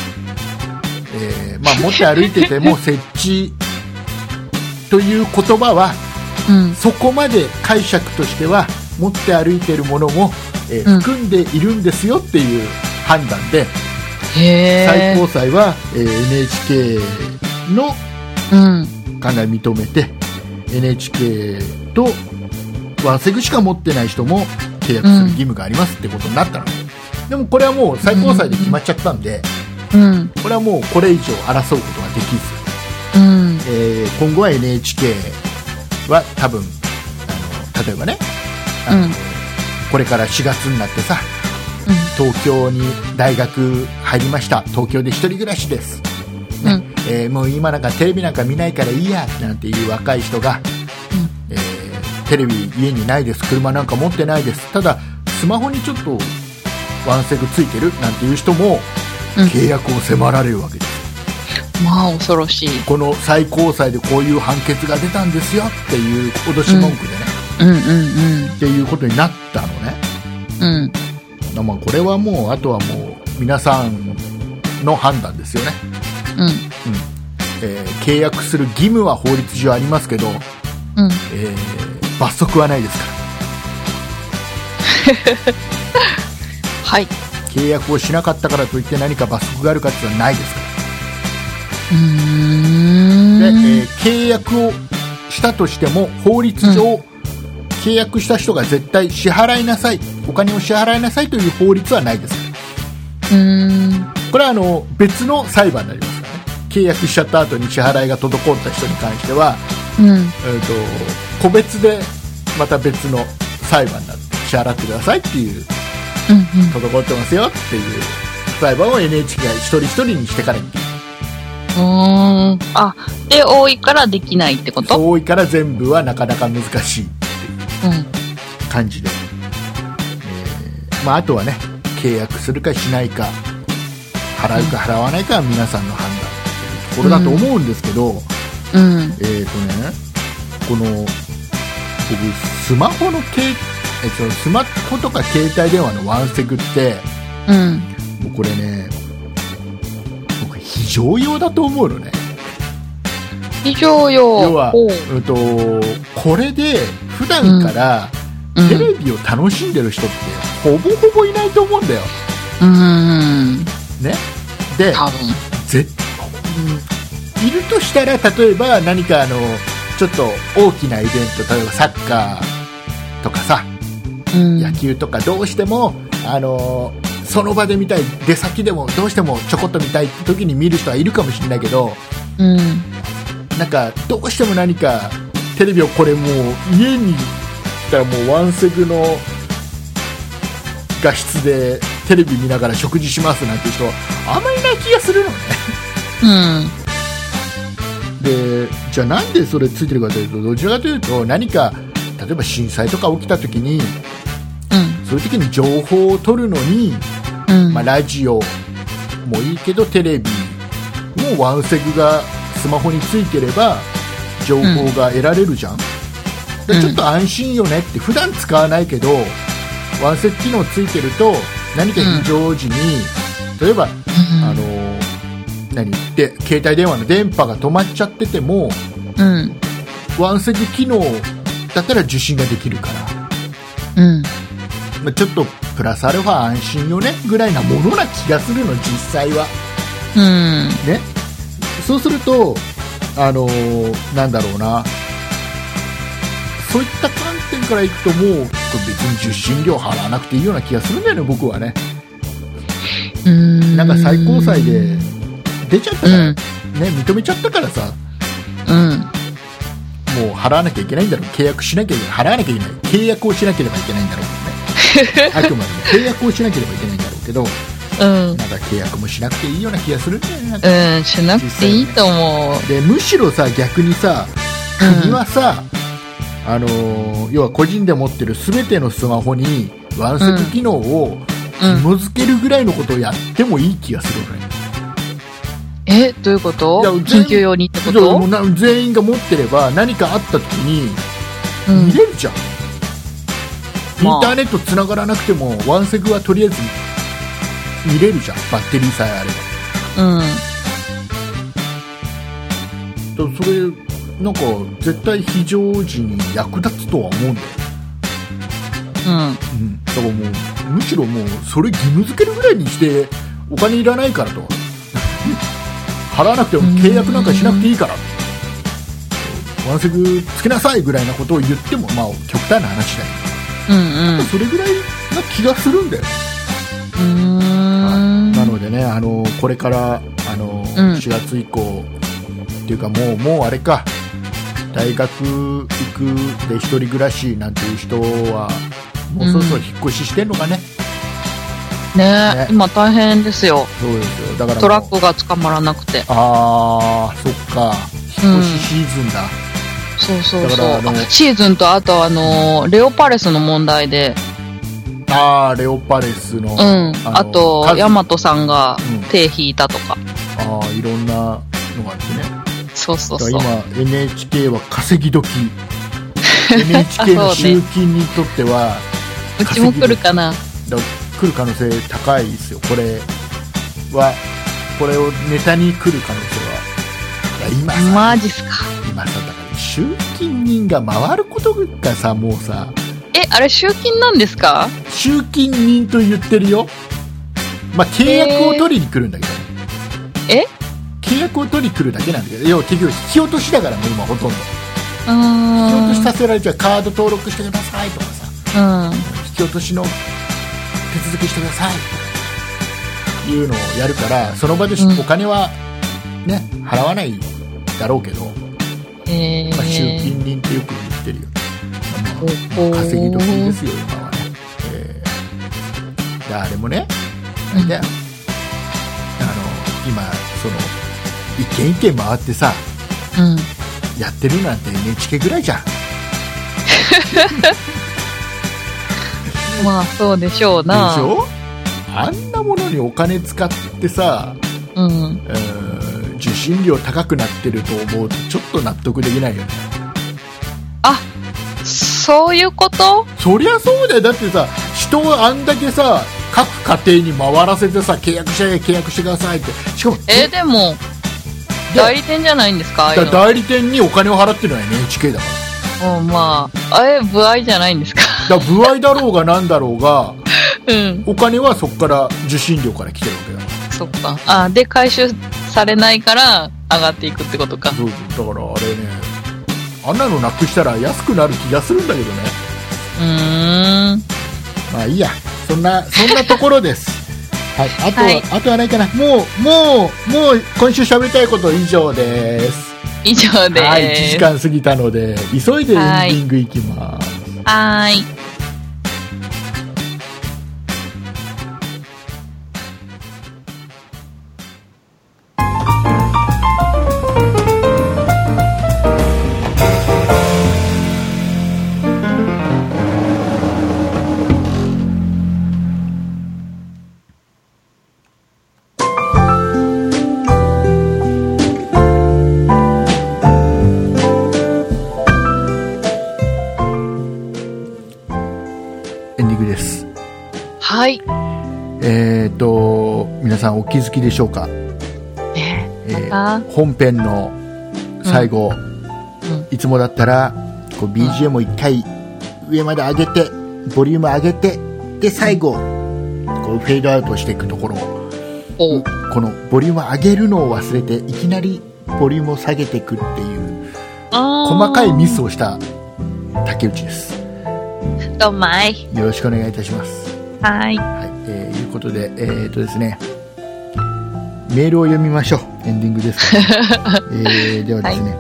えーまあ、持って歩いてて も設置という言葉はうん。そこまで解釈としては持って歩いてるものも、えーうん含んでいるんですよっていう判断で、へ最え。高裁は、えー NHK のうん。考え認めて NHK とワンセグしか持ってない人も契約する義務がありますってことになったの、でもこれはもう最高裁で決まっちゃったんで、うん。これはもうこれ以上争うことができうず、ん。えー今後は NHK は多分あの例えばねあの、うんこれから4月になってさ東京に大学入りました東京で一人暮らしです、ねうんえーもう今なんかテレビなんか見ないからいいやなんていう若い人が、えーテレビ家にないです車なんか持ってないですただスマホにちょっとワンセグついてるなんていう人もうん契約を迫られるわけです、まあ、恐ろしい。この最高裁でこういう判決が出たんですよっていう脅し文句でね、うんうんっていうことになったのねうん。うん。まあこれはもうあとはもう皆さんの判断ですよねうえー契約する義務は法律上ありますけど、ん。うん。えー罰則はないですかはい。ら契約をしなかったからといって何か罰則があるかっていうのはないですかうら、でーえーん。契約をしたとしても法律上、契約した人が絶対支払いなさいお金を支払いなさいという法律はないですからうん。これはあの別の裁判になりますからね契約しちゃった後に支払いが滞った人に関しては、うん。えー、と個別でまた別の裁判になって支払ってくださいっていううん。滞ってますよっていう裁判を NHK が一人一人にしてからにうん。うーん。あ、で、多いからできないってこと多いから全部はなかなか難しいうん。感じで、えーまあ、あとはね契約するかしないか払うか払わないかは皆さんの判断っていうところだと思うんですけど、うん。えっ、とねこの僕スマホのけ、えっとスマホとか携帯電話のワンセグってうん。もうこれね僕非常用だと思うのね以上よ。要はほう、うん、とこれで普段からうんテレビを楽しんでる人ってほぼほぼいないと思うんだよ、うん。ね、で多分。ぜ、うんいるとしたら例えば何かあのちょっと大きなイベント例えばサッカーとかさうん。野球とかどうしても、あのその場で見たい出先でもどうしてもちょこっと見たい時に見る人はいるかもしれないけどうん。なんかどうしても何かテレビをこれもう家に来たらもうワンセグの画質でテレビ見ながら食事しますなんていう人あんまりいない気がするのねうん。でじゃあなんでそれついてるかというとどちらかというと何か例えば震災とか起きた時にうん。そういう時に情報を取るのに、うん。まあ、ラジオもいいけどテレビもワンセグがスマホについてれば情報が得られるじゃん、でうんちょっと安心よねって普段使わないけどワンセグ機能ついてると何か非常時に、例えば、あの何で携帯電話の電波が止まっちゃっててもうん。ワンセグ機能だったら受信ができるから、うん。まあ、ちょっとプラスアルファ安心よねぐらいなものな気がするの実際はうん。ねそうするとあのーなんだろうなそういった観点からいくともう別に受信料払わなくていいような気がするんだよね僕はねうん。なんか最高裁で出ちゃったから、うんね認めちゃったからさうん。もう払わなきゃいけないんだろう契約しなきゃいけない払わなきゃいけない契約をしなければいけないんだろうけど ねあくまでも契約をしなければいけないんだろうけどうん。なんか契約もしなくていいような気がするんだよねなんかうん。しなくていいと思う。でむしろさ逆にさ国はさ、あのー要は個人で持ってる全てのスマホにワンセグ機能をうん。紐付けるぐらいのことをやってもいい気がする俺え、どういうこといや全緊急用にってこじゃあもうとな全員が持ってれば何かあった時にうん見。れるじゃん、まあインターネット繋がらなくてもワンセグはとりあえず見れるじゃんバッテリーさえあればうん。だからそれなんか絶対非常時に役立つとは思うんだよ、うん。うん、だからもうむしろもうそれ義務付けるぐらいにしてお金いらないからと 払わなくても契約なんかしなくていいからワンセグつけなさいぐらいなことを言ってもまあ極端な話だようんうん。うそれぐらいな気がするんだよねーん。なのでね、あのこれからあの、うん4月以降っていうかもうもうあれか大学行くで一人暮らしなんていう人はもうそろそろ引っ越ししてんのかね、ねねえ、今大変ですよ。そうですよだからもうトラックが捕まらなくて。ああそっか引っ越しシーズンだ、そうそうだそかうらあ。のあシーズンとあとあのーレオパレスの問題で、ああレオパレスの、うん。あのと数、ヤマトさんがうん手引いたとか。ああいろんなのがあってねそうそうだかそう。ら今 NHK は 稼ぎ時 NHK の集金にとっては、うちも来るかな。だ来る可能性高いですよこれはこれをネタに来る可能性はいや今さ、マジっすか。今さだから集金人が回ることがさもうさえ、あれ集金なんですか集金人と言ってるよまあ契約を取りに来るんだけどね、え契約を取りに来るだけなんだけど要は結局引き落としだからもう今ほとんどうー引き落としん。させられちゃうカード登録してくださいとかさうん。引き落としの手続きしてくださいというのをやるからその場でしうんお金は、ね払わないだろうけど、まえあ、集ー。金人ってよく言ってるよね、まあほうほうまあ稼ぎ時ですよ今はね、えーであれもねあれだよあの今その一軒一軒回ってさうん。やってるなんて NHK ぐらいじゃんまあ、そうでしょうでな。しょあんなものにお金使ってさうん。えー受信料高くなってると思うとちょっと納得できないよねそういうことそりゃそうだよだってさ人をあんだけさ各家庭に回らせてさ契約して契約してくださいってしかもえーでも、で代理店じゃないんですかああいだうの代理店にお金を払ってるのは NHK だかうん、まあ、あれ、不愛じゃないんですか らだから歩合だろうがなんだろうがうん。お金はそこから受信料から来てるわけだか。そっか。あ、で、回収されないから、上がっていくってことからそうだからあれねあんなのなくしたら安くなる気がするんだけどねうーん。まあいいや、そんな、そんなところです。 はい、あとは、はいあとはないかな。もう、もう、もう、今週喋りたいこと以上です。以上です。はい、1時間過ぎたので、急いでエンディングいきます。はーい。エンディングです。はい。えっ、ー、と、皆さんお気づきでしょうか。ねえーま本編の最後、んいつもだったらこう BGM を1回上まで上げてボリューム上げてで最後こうフェードアウトしていくところおうこのボリューム上げるのを忘れていきなりボリュームを下げていくっていうあー細かいミスをした竹内ですどうもい。よろしくお願いいたしますはーい。はい、えー、いうことで、えー、とですね、メールを読みましょう。エンディングで すから、えーではですね、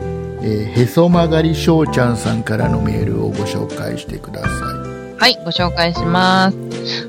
えーへそ曲がりしょうちゃんさんからのメールをご紹介してください。はい、ご紹介します。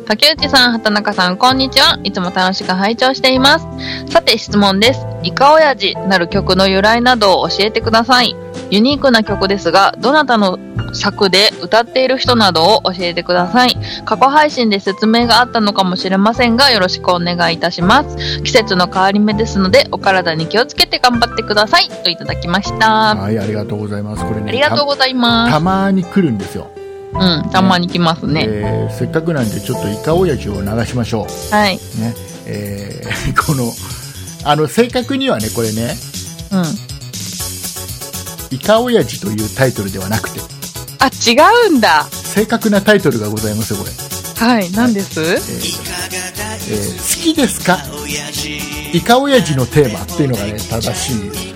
竹内さん、畑中さん、こんにちは。いつも楽しく拝聴しています。さて、質問です。イカオヤジなる曲の由来などを教えてください。ユニークな曲ですが、どなたの作で歌っている人などを教えてください。過去配信で説明があったのかもしれませんが、よろしくお願いいたします。季節の変わり目ですので、お体に気をつけて頑張ってください。といただきました。あはい、ありがとうございます。これね、りがとうございたまたす。まに来るんですよ、うん、たまに来ますね。えーせっかくなんでちょっとイカオヤジを流しましょはい。う。ね、えー この、あの、正確にはね、これね、うん。イカオヤジというタイトルではなくて、あ、違うんだ。正確なタイトルがございますよ、これ。はい、何ですえーえー好きですかイカオヤジのテーマっていうのがね、正しい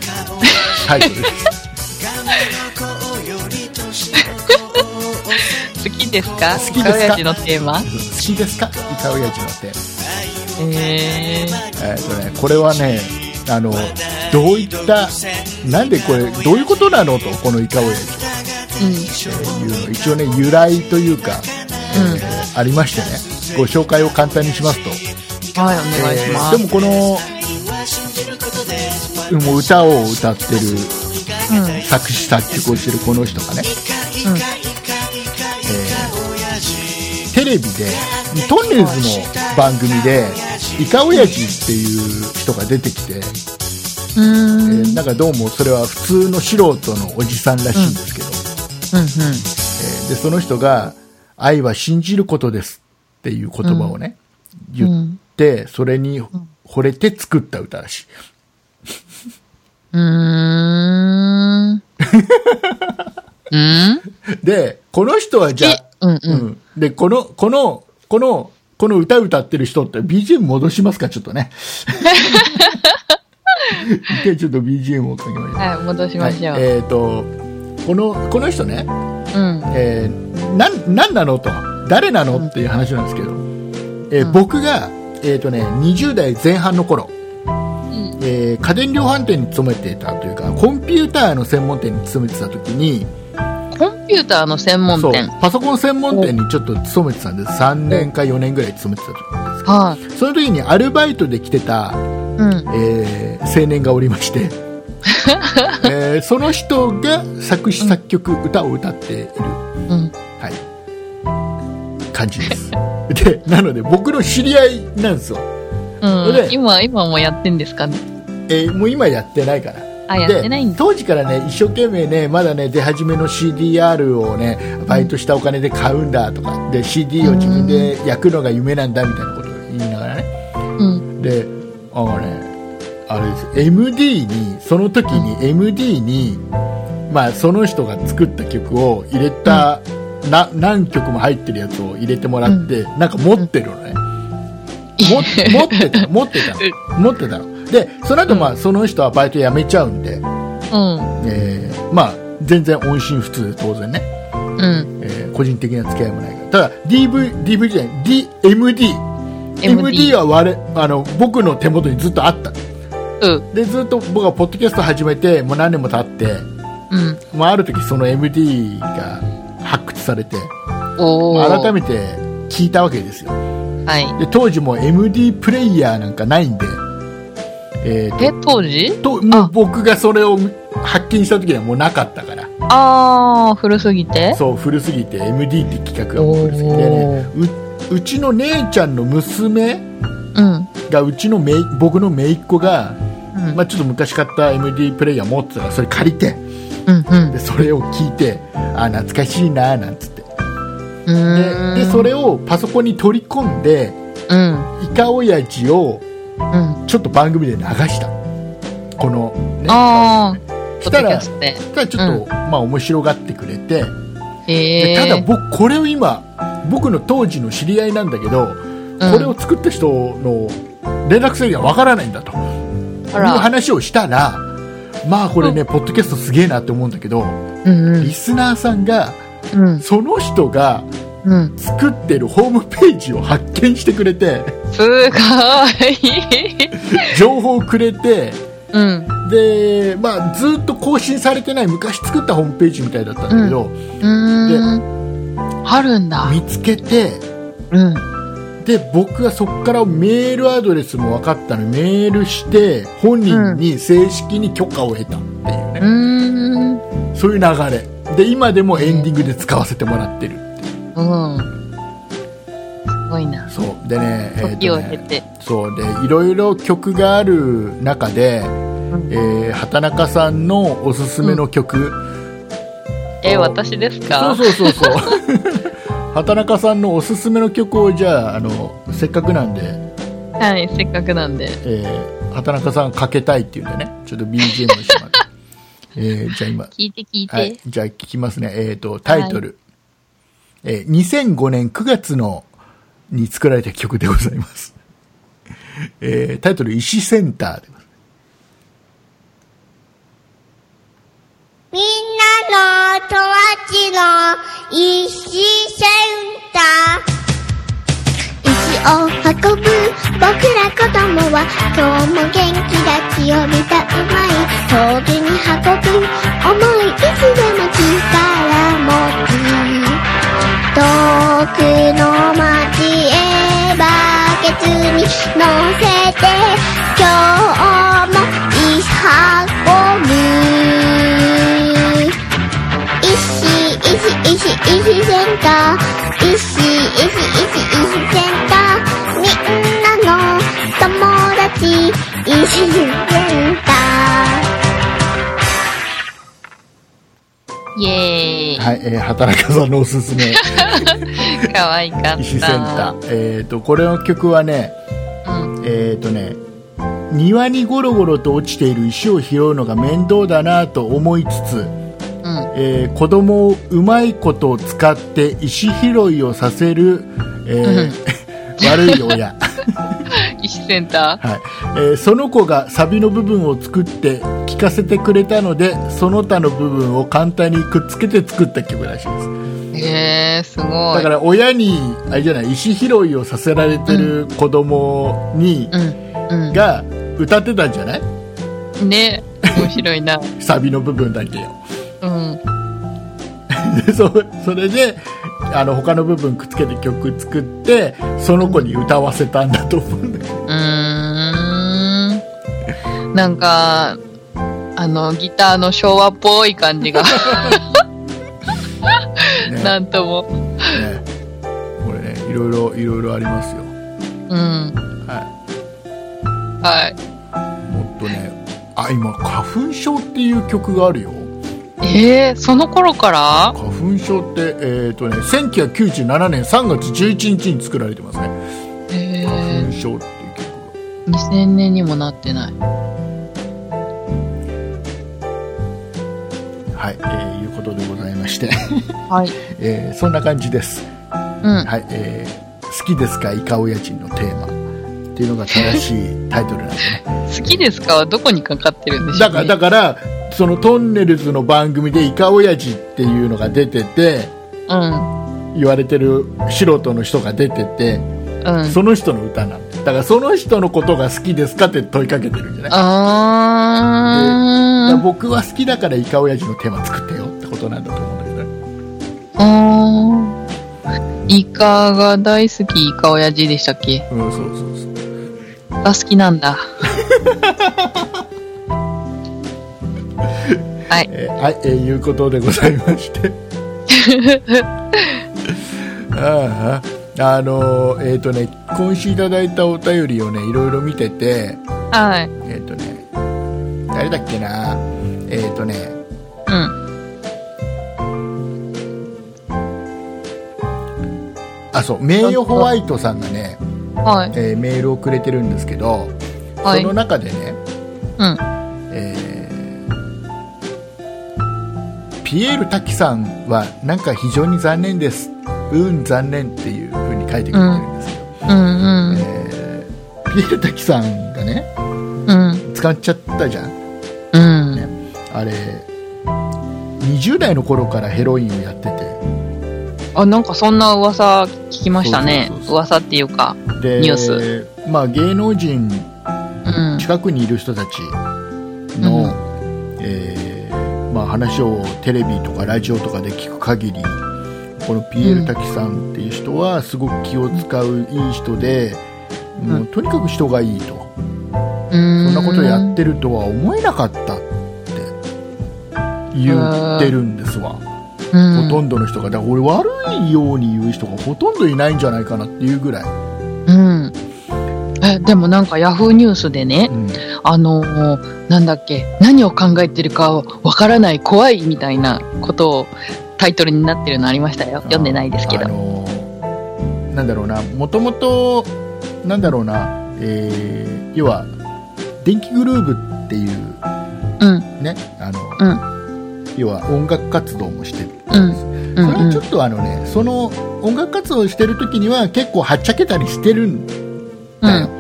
タイトルです。好きですか好きですか親父のテーマ好きですかイカオヤジのテーマ。ええーとね、これはねあのどういったなんでこれどういうことなのとこのイカオヤジー、というの一応ね由来というか、うん。うん。えーありましてねご紹介を簡単にしますとはい、お願いします。えーでもこのうんもう歌を歌ってるうん、作詞作曲をしてるこの人がね、うんえーテレビでトンネルズの番組でイカオヤジっていう人が出てきて、うーん、うん、えうん。ーなんかどうもそれは普通の素人のおじさんらしいんですけど、えーでその人が「愛は信じることです」っていう言葉をね、言ってそれに惚れて作った歌らしい、うーん。うんでこの人はじゃあえ、うんうんうんでこのこのこのこの歌歌ってる人って BGM 戻しますかちょ っとね一回ちょっと BGM をかけましょう、 はい、戻しましょう。はいえっ、とこのこの人ねうん。えー、なんなんなのと誰なのっていう話なんですけど、えー僕が、えーとね、20代前半の頃、んえー家電量販店に勤めていたというかコンピューターの専門店に勤めてた時にコンピューターの専門そう店。パソコン専門店にちょっと勤めてたんです3年か4年ぐらい勤めてた時なんではすい。その時にアルバイトで来てた、うん。えー青年がおりま して、えーその人が作詞作曲歌を歌っているうん。はい、感じですでなので僕の知り合いなんですよ、うんで今、今もやってんですかね。えーもう今やってないからあ、やってないんだ。で当時からね一生懸命ねまだね出始めの CDR をねバイトしたお金で買うんだとかで CD を自分で焼くのが夢なんだみたいなことを言いながらねうん。であのねあれです MD にその時に MD に、まあ、その人が作った曲を入れた、な何曲も入ってるやつを入れてもらって、なんか持ってるのね、も持ってたの持っ てたの持ってたのでその後まあその人はバイト辞めちゃうんで、うん。えーまあ全然音信不通で当然ね、うん。えー個人的な付き合いもないからただ DV DV じゃない DMD MD MD は我あの僕の手元にずっとあったうん。でずっと僕はポッドキャスト始めてもう何年も経って、うん。まあ、ある時その MD が発掘されて、おまー。あ改めて聞いたわけですよはい。で当時もう MD プレイヤーなんかないんで、えーとえ、当時ともあう僕がそれを発見した時にはもうなかったからあー、古すぎてそう古すぎて MD って企画がもう古すぎてねううちの姉ちゃんの娘うん。うん。がうちのめ僕の姪っ子が、まあ、ちょっと昔買った MD プレイヤー持ってたからそれ借りてうん。うんでそれを聞いてあー懐かしいなーなんつってうーん。ででそれをパソコンに取り込んでうん。イカオヤジをうん。ちょっと番組で流したこのねあー。しポたッドらキャストで。ただちょっと、まあ面白がってくれて、へでえ。ただ僕これを今僕の当時の知り合いなんだけど、これを作った人の連絡先がわからないんだというあら、話をしたらまあこれね、ポッドキャストすげえなって思うんだけど、うんうんリスナーさんがうんその人がうん。作ってるホームページを発見してく れてすごい。情報をくれてうん。で、まあ、ずっと更新されてない昔作ったホームページみたいだったんだけど、うーん。あるんだ。見つけて。うん。で僕がそこからメールアドレスも分かったのでメールして本人に正式に許可を得たっていうね、うーん。そういう流れで今でもエンディングで使わせてもらってるうん。すごいな。そうでね,、えー時とをね経て。そうでいろいろ曲がある中で、えー畑中さんのおすすめの曲、え、私ですかそうそうそう そう畑中さんのおすすめの曲をじゃああのせっかくなんで、はい、せっかくなんで。えー畑中さんかけたいっていうんでねちょっと BGM にして もらって、えーじゃあ今聞いて聞いて。はい、じゃあ聞きますね。えっ、と、タイトル、えー2005年9月の、に作られた曲でございます。 えータイトル、石センターでございます。みんなの友達の石センター。石を運ぶ僕ら子供は今日も元気だ気を見たうまい遠くに運ぶ思いいつでも力持ち遠くの街へバケツに乗せて今日も石運ぶ石石石石センター石石石石センターみんなの友達石センターイエーはい、えー畑中さんのおすすめ、イ。かわいか った。石センター。えっ、と、これの曲はね、うん。えっ、とね、庭にゴロゴロと落ちている石を拾うのが面倒だなと思いつつ、うん。えー子供をうまいことを使って石拾いをさせる、えー 悪い親、石センタはいえーその子がサビの部分を作って聞かせてくれたのでその他の部分を簡単にくっつけて作った曲らしいですーへえー、すごだい。から親にあれじゃない石拾いをさせられてる子供に、うん。うが歌ってたんじゃないん。ね、面白いな。 サビの部分だけよ うん。でそそれであの他の部分くっつけて曲作ってその子に歌わせたんだと思うんだけどうーん。なんか、あの、ギターの昭和っぽい感 じが、ねなんとも。ねこれねいろいろいろいろありますようん。ははい。いもっとねあ今花粉症っていう曲があるよえー、その頃から花粉症ってえっ、とね1997年3月11日に作られてますねえ花ー、粉症っていう曲2000年にもなってない。がはい、えーいうことでございまして、 はい。えーそんな感じですうん。はい、えー好きですかイカお家賃のテーマっていうのが正しいタイトルなんでね好きですかはどこにかかってるんでしょだう、からね、だからそのトンネルズの番組でイカオヤジっていうのが出てて言われてる素人の人が出ててうん。うん。その人の歌なんだだからその人のことが好きですかって問いかけてるんじゃないだかあらー。僕は好きだからイカオヤジのテーマ作ってよってことなんだと思うんだけどねあーイカが大好き、イカ親父でしたっけうんそうそうそうが好きなん だ。はい。えーはいえーいうことでございまして あああのーえっ、とね今週いただいたお便りをねいろいろ見ててはい。えっ、とね誰だっけなえっ、とねうん。あそう名誉ホワイトさんがね、はい。えーメールをくれてるんですけど、はいその中でね、うん。えーピエール滝さんはなんか非常に残念ですうん残念っていう風に書いてくれてるんですけうど、んうん。えーピエール滝さんがねうん。使っちゃったじゃうんん。あれ20代の頃からヘロインをやっててあ、なんかそんな噂聞きましたねそうそうそう。そう噂っていうか。でニュースまあ、芸能人うん。近くにいる人たちの、えーまあ、話をテレビとかラジオとかで聞く限りこのピエール滝さんっていう人はすごく気を使ういい人で、んもうとにかく人がいいと、そんそんなことやってるとは思えなかったって言ってるんですうわ。んほとんどの人がだから俺悪いように言う人がほとんどいないんじゃないかなっていうぐらい、うん。え、でもなんかヤフーニュースでねう、んあのーなんだっけ、何を考えてるかわからない、怖いみたいなことをタイトルになってるのありましたよ。読んでないですけあど。のーなんだろうなもともとなんだろうな、えー要は電気グルーヴっていううん、ねあの、要は音楽活動もしてるうん、うん、うそれはんちょ。っとあのねその音楽活動してる時には結構はっちゃけたりしてるんうだよ、ん、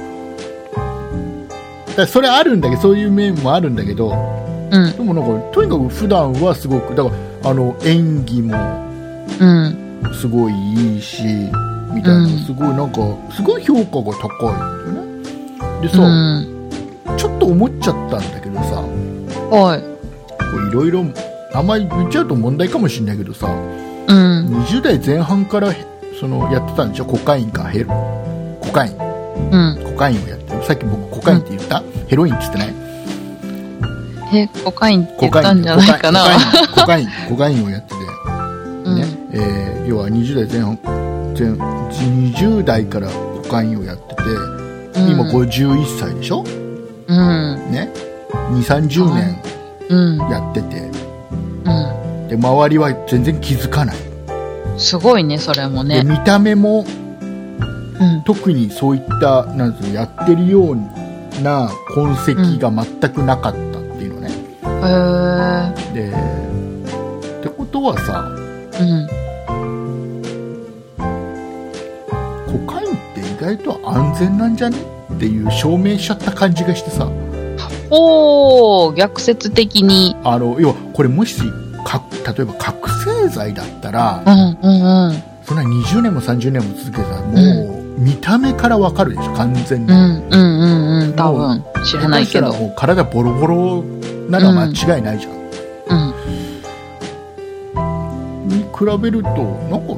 だからそれあるんだけどそういう面もあるんだけどうん、でもなんかとにかく普段はすごくだからあの演技もうん。すごいいいしみたいな、うんすごいなんかすごい評価が高いんだよねでさ、うん。ちょっと思っちゃったんだけどさこはい。ういろいろあんまり言っちゃうと問題かもしれないけどさ、うん、 20代前半からそのやってたんでしょコカインかヘロコカインうん。コカインをやってるさっき僕コカインって言った、ヘロインって言ってないえ、コカインってコ言っカたインんじゃないかな。コカインコカインコカインをやってて、ねうん、えー要は20代前半前20代からコカインをやってて今うん51歳でしうょん、ね2 3 0年うん、やっててうで周りは全然気づかない、ん。すごいね、それもでね。見た目もうん、特にそういったなんていうのやってるような痕跡が全くなかったっていうのね、へえ。でってことはさうん、コカインって意外と安全なんじゃねっていう証明しちゃった感じがしてさおー、逆説的に。あの要はこれもしか例えば覚醒剤だったらうん、うん、うん。そんな20年も30年も続けたらもう見た目からわかるでしょ完全うんに、うんうんうん多分知らないけど下手したらもう体ボロボロなのは間違いないじゃん、うんに比べるとなんか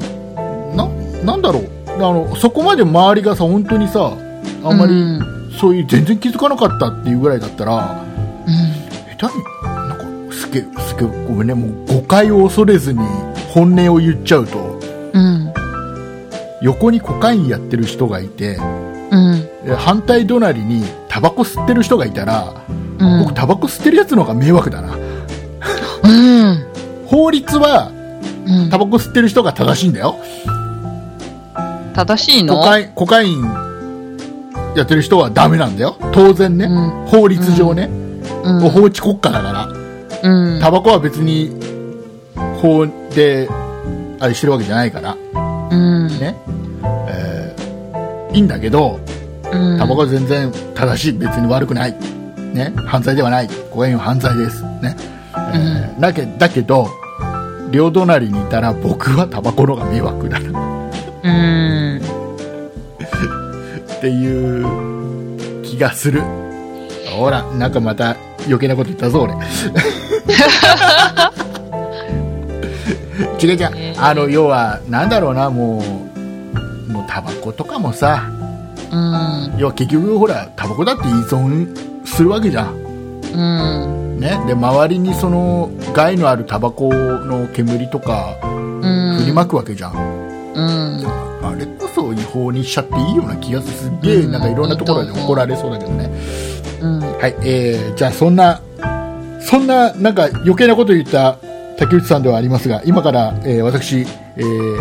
ななんだろうあのそこまで周りがさ本当にさあんまうりんそういう全然気づかなかったっていうぐらいだったら、う下手になんかすげすげごめんねもう誤解を恐れずに本音を言っちゃうとん横にコカインやってる人がいてうんで反対隣にタバコ吸ってる人がいたらうん僕タバコ吸ってるやつの方が迷惑だなうん法律はうんタバコ吸ってる人が正しいんだよ正しいのコカインコカインやってる人はダメなんだよ当然ね、うん法律上ね、うんもう法治国家だからうんタバコは別に法であれしてるわけじゃないからうんね、えーいいんだけどうんタバコは全然正しい別に悪くない、ね、犯罪ではないコカインは犯罪ですね、えーだけだけど両隣にいたら僕はタバコの方が迷惑だなうんっていう気がするほらなんかまた余計なこと言ったぞ俺違う違うあの要はなんだろうなもうもうタバコとかもさうん要は結局ほらタバコだって依存するわけじゃんうんね、で周りにその害のあるタバコの煙とかうん振りまくわけじゃん、うんあれこそ違法にしちゃっていいような気がするすっげえうんなんかいろんなところでいいと思う怒られそうだけどね、うんはい、えー、じゃあそんな、そんな、なんか余計なこと言った竹内さんではありますが、今から、えー私、えー、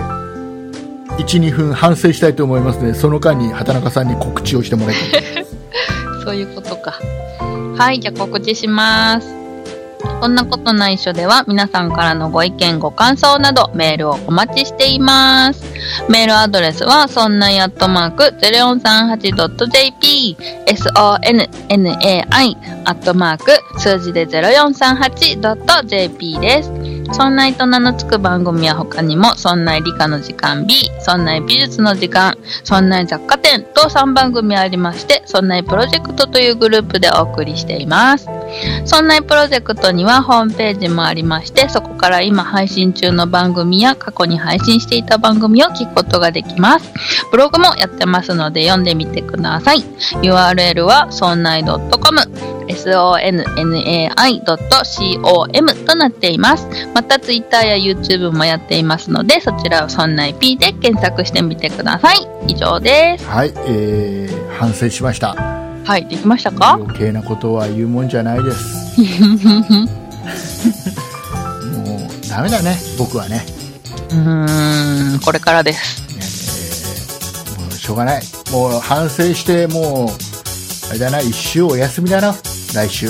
1、2分反省したいと思いますので、その間に畑中さんに告知をしてもらい たいとそういうことか。はい、じゃあ告知します。こんなことないっしょでは皆さんからのご意見、ご感想などメールをお待ちしています。メールアドレスはそんないアットマーク 0438.jp sonnai アットマーク数字で 0438.jp です。そんないと名の付く番組は他にも、そんない理科の時間 B、そんない美術の時間、そんない雑貨店と3番組ありまして、そんないプロジェクトというグループでお送りしています。そんないプロジェクトにはホームページもありまして、そこから今配信中の番組や過去に配信していた番組を聞くことができます。ブログもやってますので読んでみてください。URL はそんない .com、sonnai.com となっています。また Twitter や YouTube もやっていますので、そちらをそんな IP で検索してみてください。以上です。はい、えー、反省しましたはい、できましたか余計なことは言うもんじゃないですもうダメだね僕はねうーん、これからです。ねえーもうしょうがないもう反省してもうあれだな一週お休みだな来週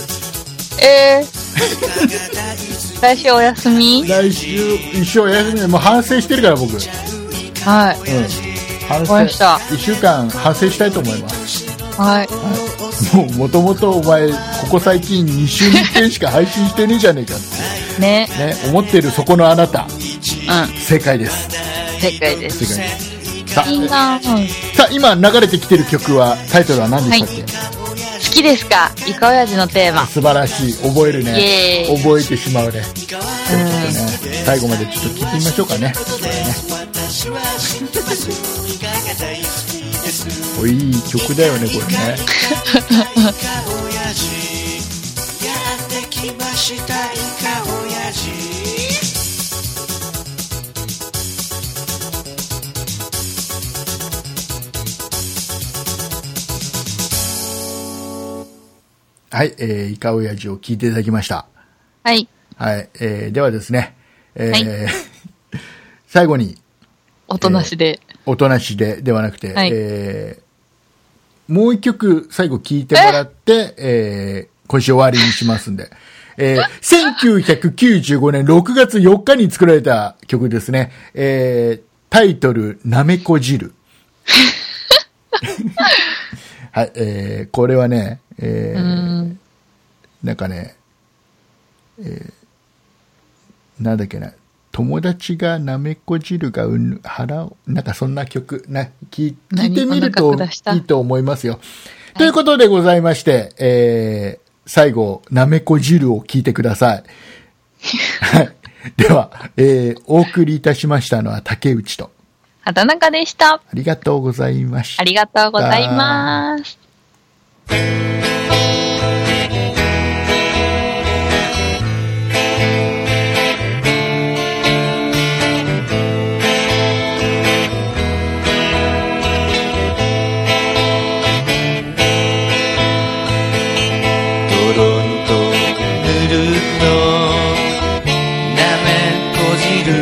えー、 来週お休み来週一週お休みだもう反省してるから僕、うん、はい。反わかりました1週間反省したいと思いますはい。もうもともとお前ここ最近2週に1回しか配信してねえじゃねえかっね。て、ね、思ってるそこのあなたう正解ですん、正解で正す。解ですさみんあな、うんさあ今流れてきてる曲はタイトルは何でしたっけ、好きですかイカオヤジのテーマ。素晴らしい覚えるねイエーイ覚えてしまうねね最後までちょっと聞いてみましょうかねこれねいい曲だよねこれねはい、えー、イカオヤジを聞いていただきました。はい。はい、えー、ではですね、えー 最後に、おとなしで。おとなしで、ではなくて、はいえーもう一曲最後聞いてもらって、えー、今週終わりにしますんで。えー、1995年6月4日に作られた曲ですね。えー、タイトル、なめこ 汁。はい、えー、これはね、えーうん。なんかね、えーなんだっけな、友達がなめこ汁がうんぬ腹を、なんかそんな曲、な、聞聞いてみる何とお腹下したいいと思いますよ。ということでございまして、えー最後、なめこ汁を聞いてください。はい。では、えーお送りいたしましたのは竹内と、畑中でした。ありがとうございましたあ。りがとうございます。トロンとぬるっとなめこ汁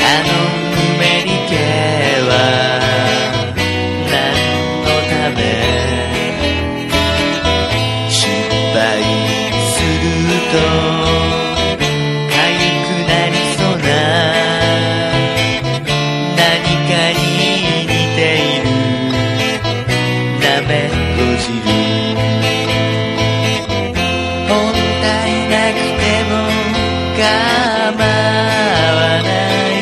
あのぬめり気は何のため失敗するとかゆくなりそうな何かに似ているなめこ汁もったいなくても構わない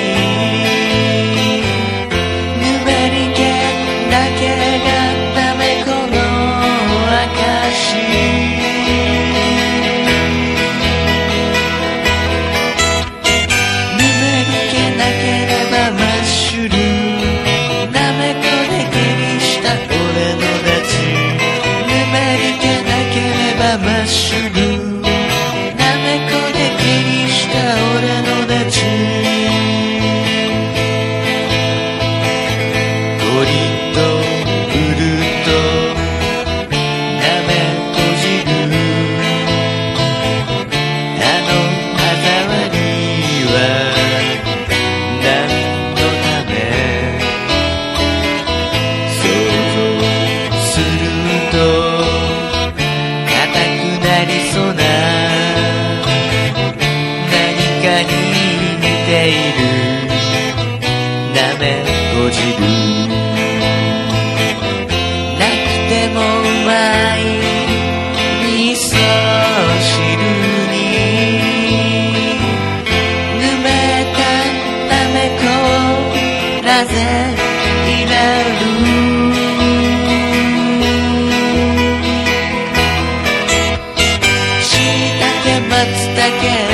ぬめり気だけがなめこの証ぬめりけなければマッシュルなめこで気にした俺の夏ぬめりけなければマッシュルなめこで気にした俺の夏ゴリッとウルッとなめこ汁あの歯触りは何のため想像すると硬くなりそうな何かに似ているなめこ汁なくてもうまい味噌汁にぬめたなめこをなぜいらるしいたけまつたけ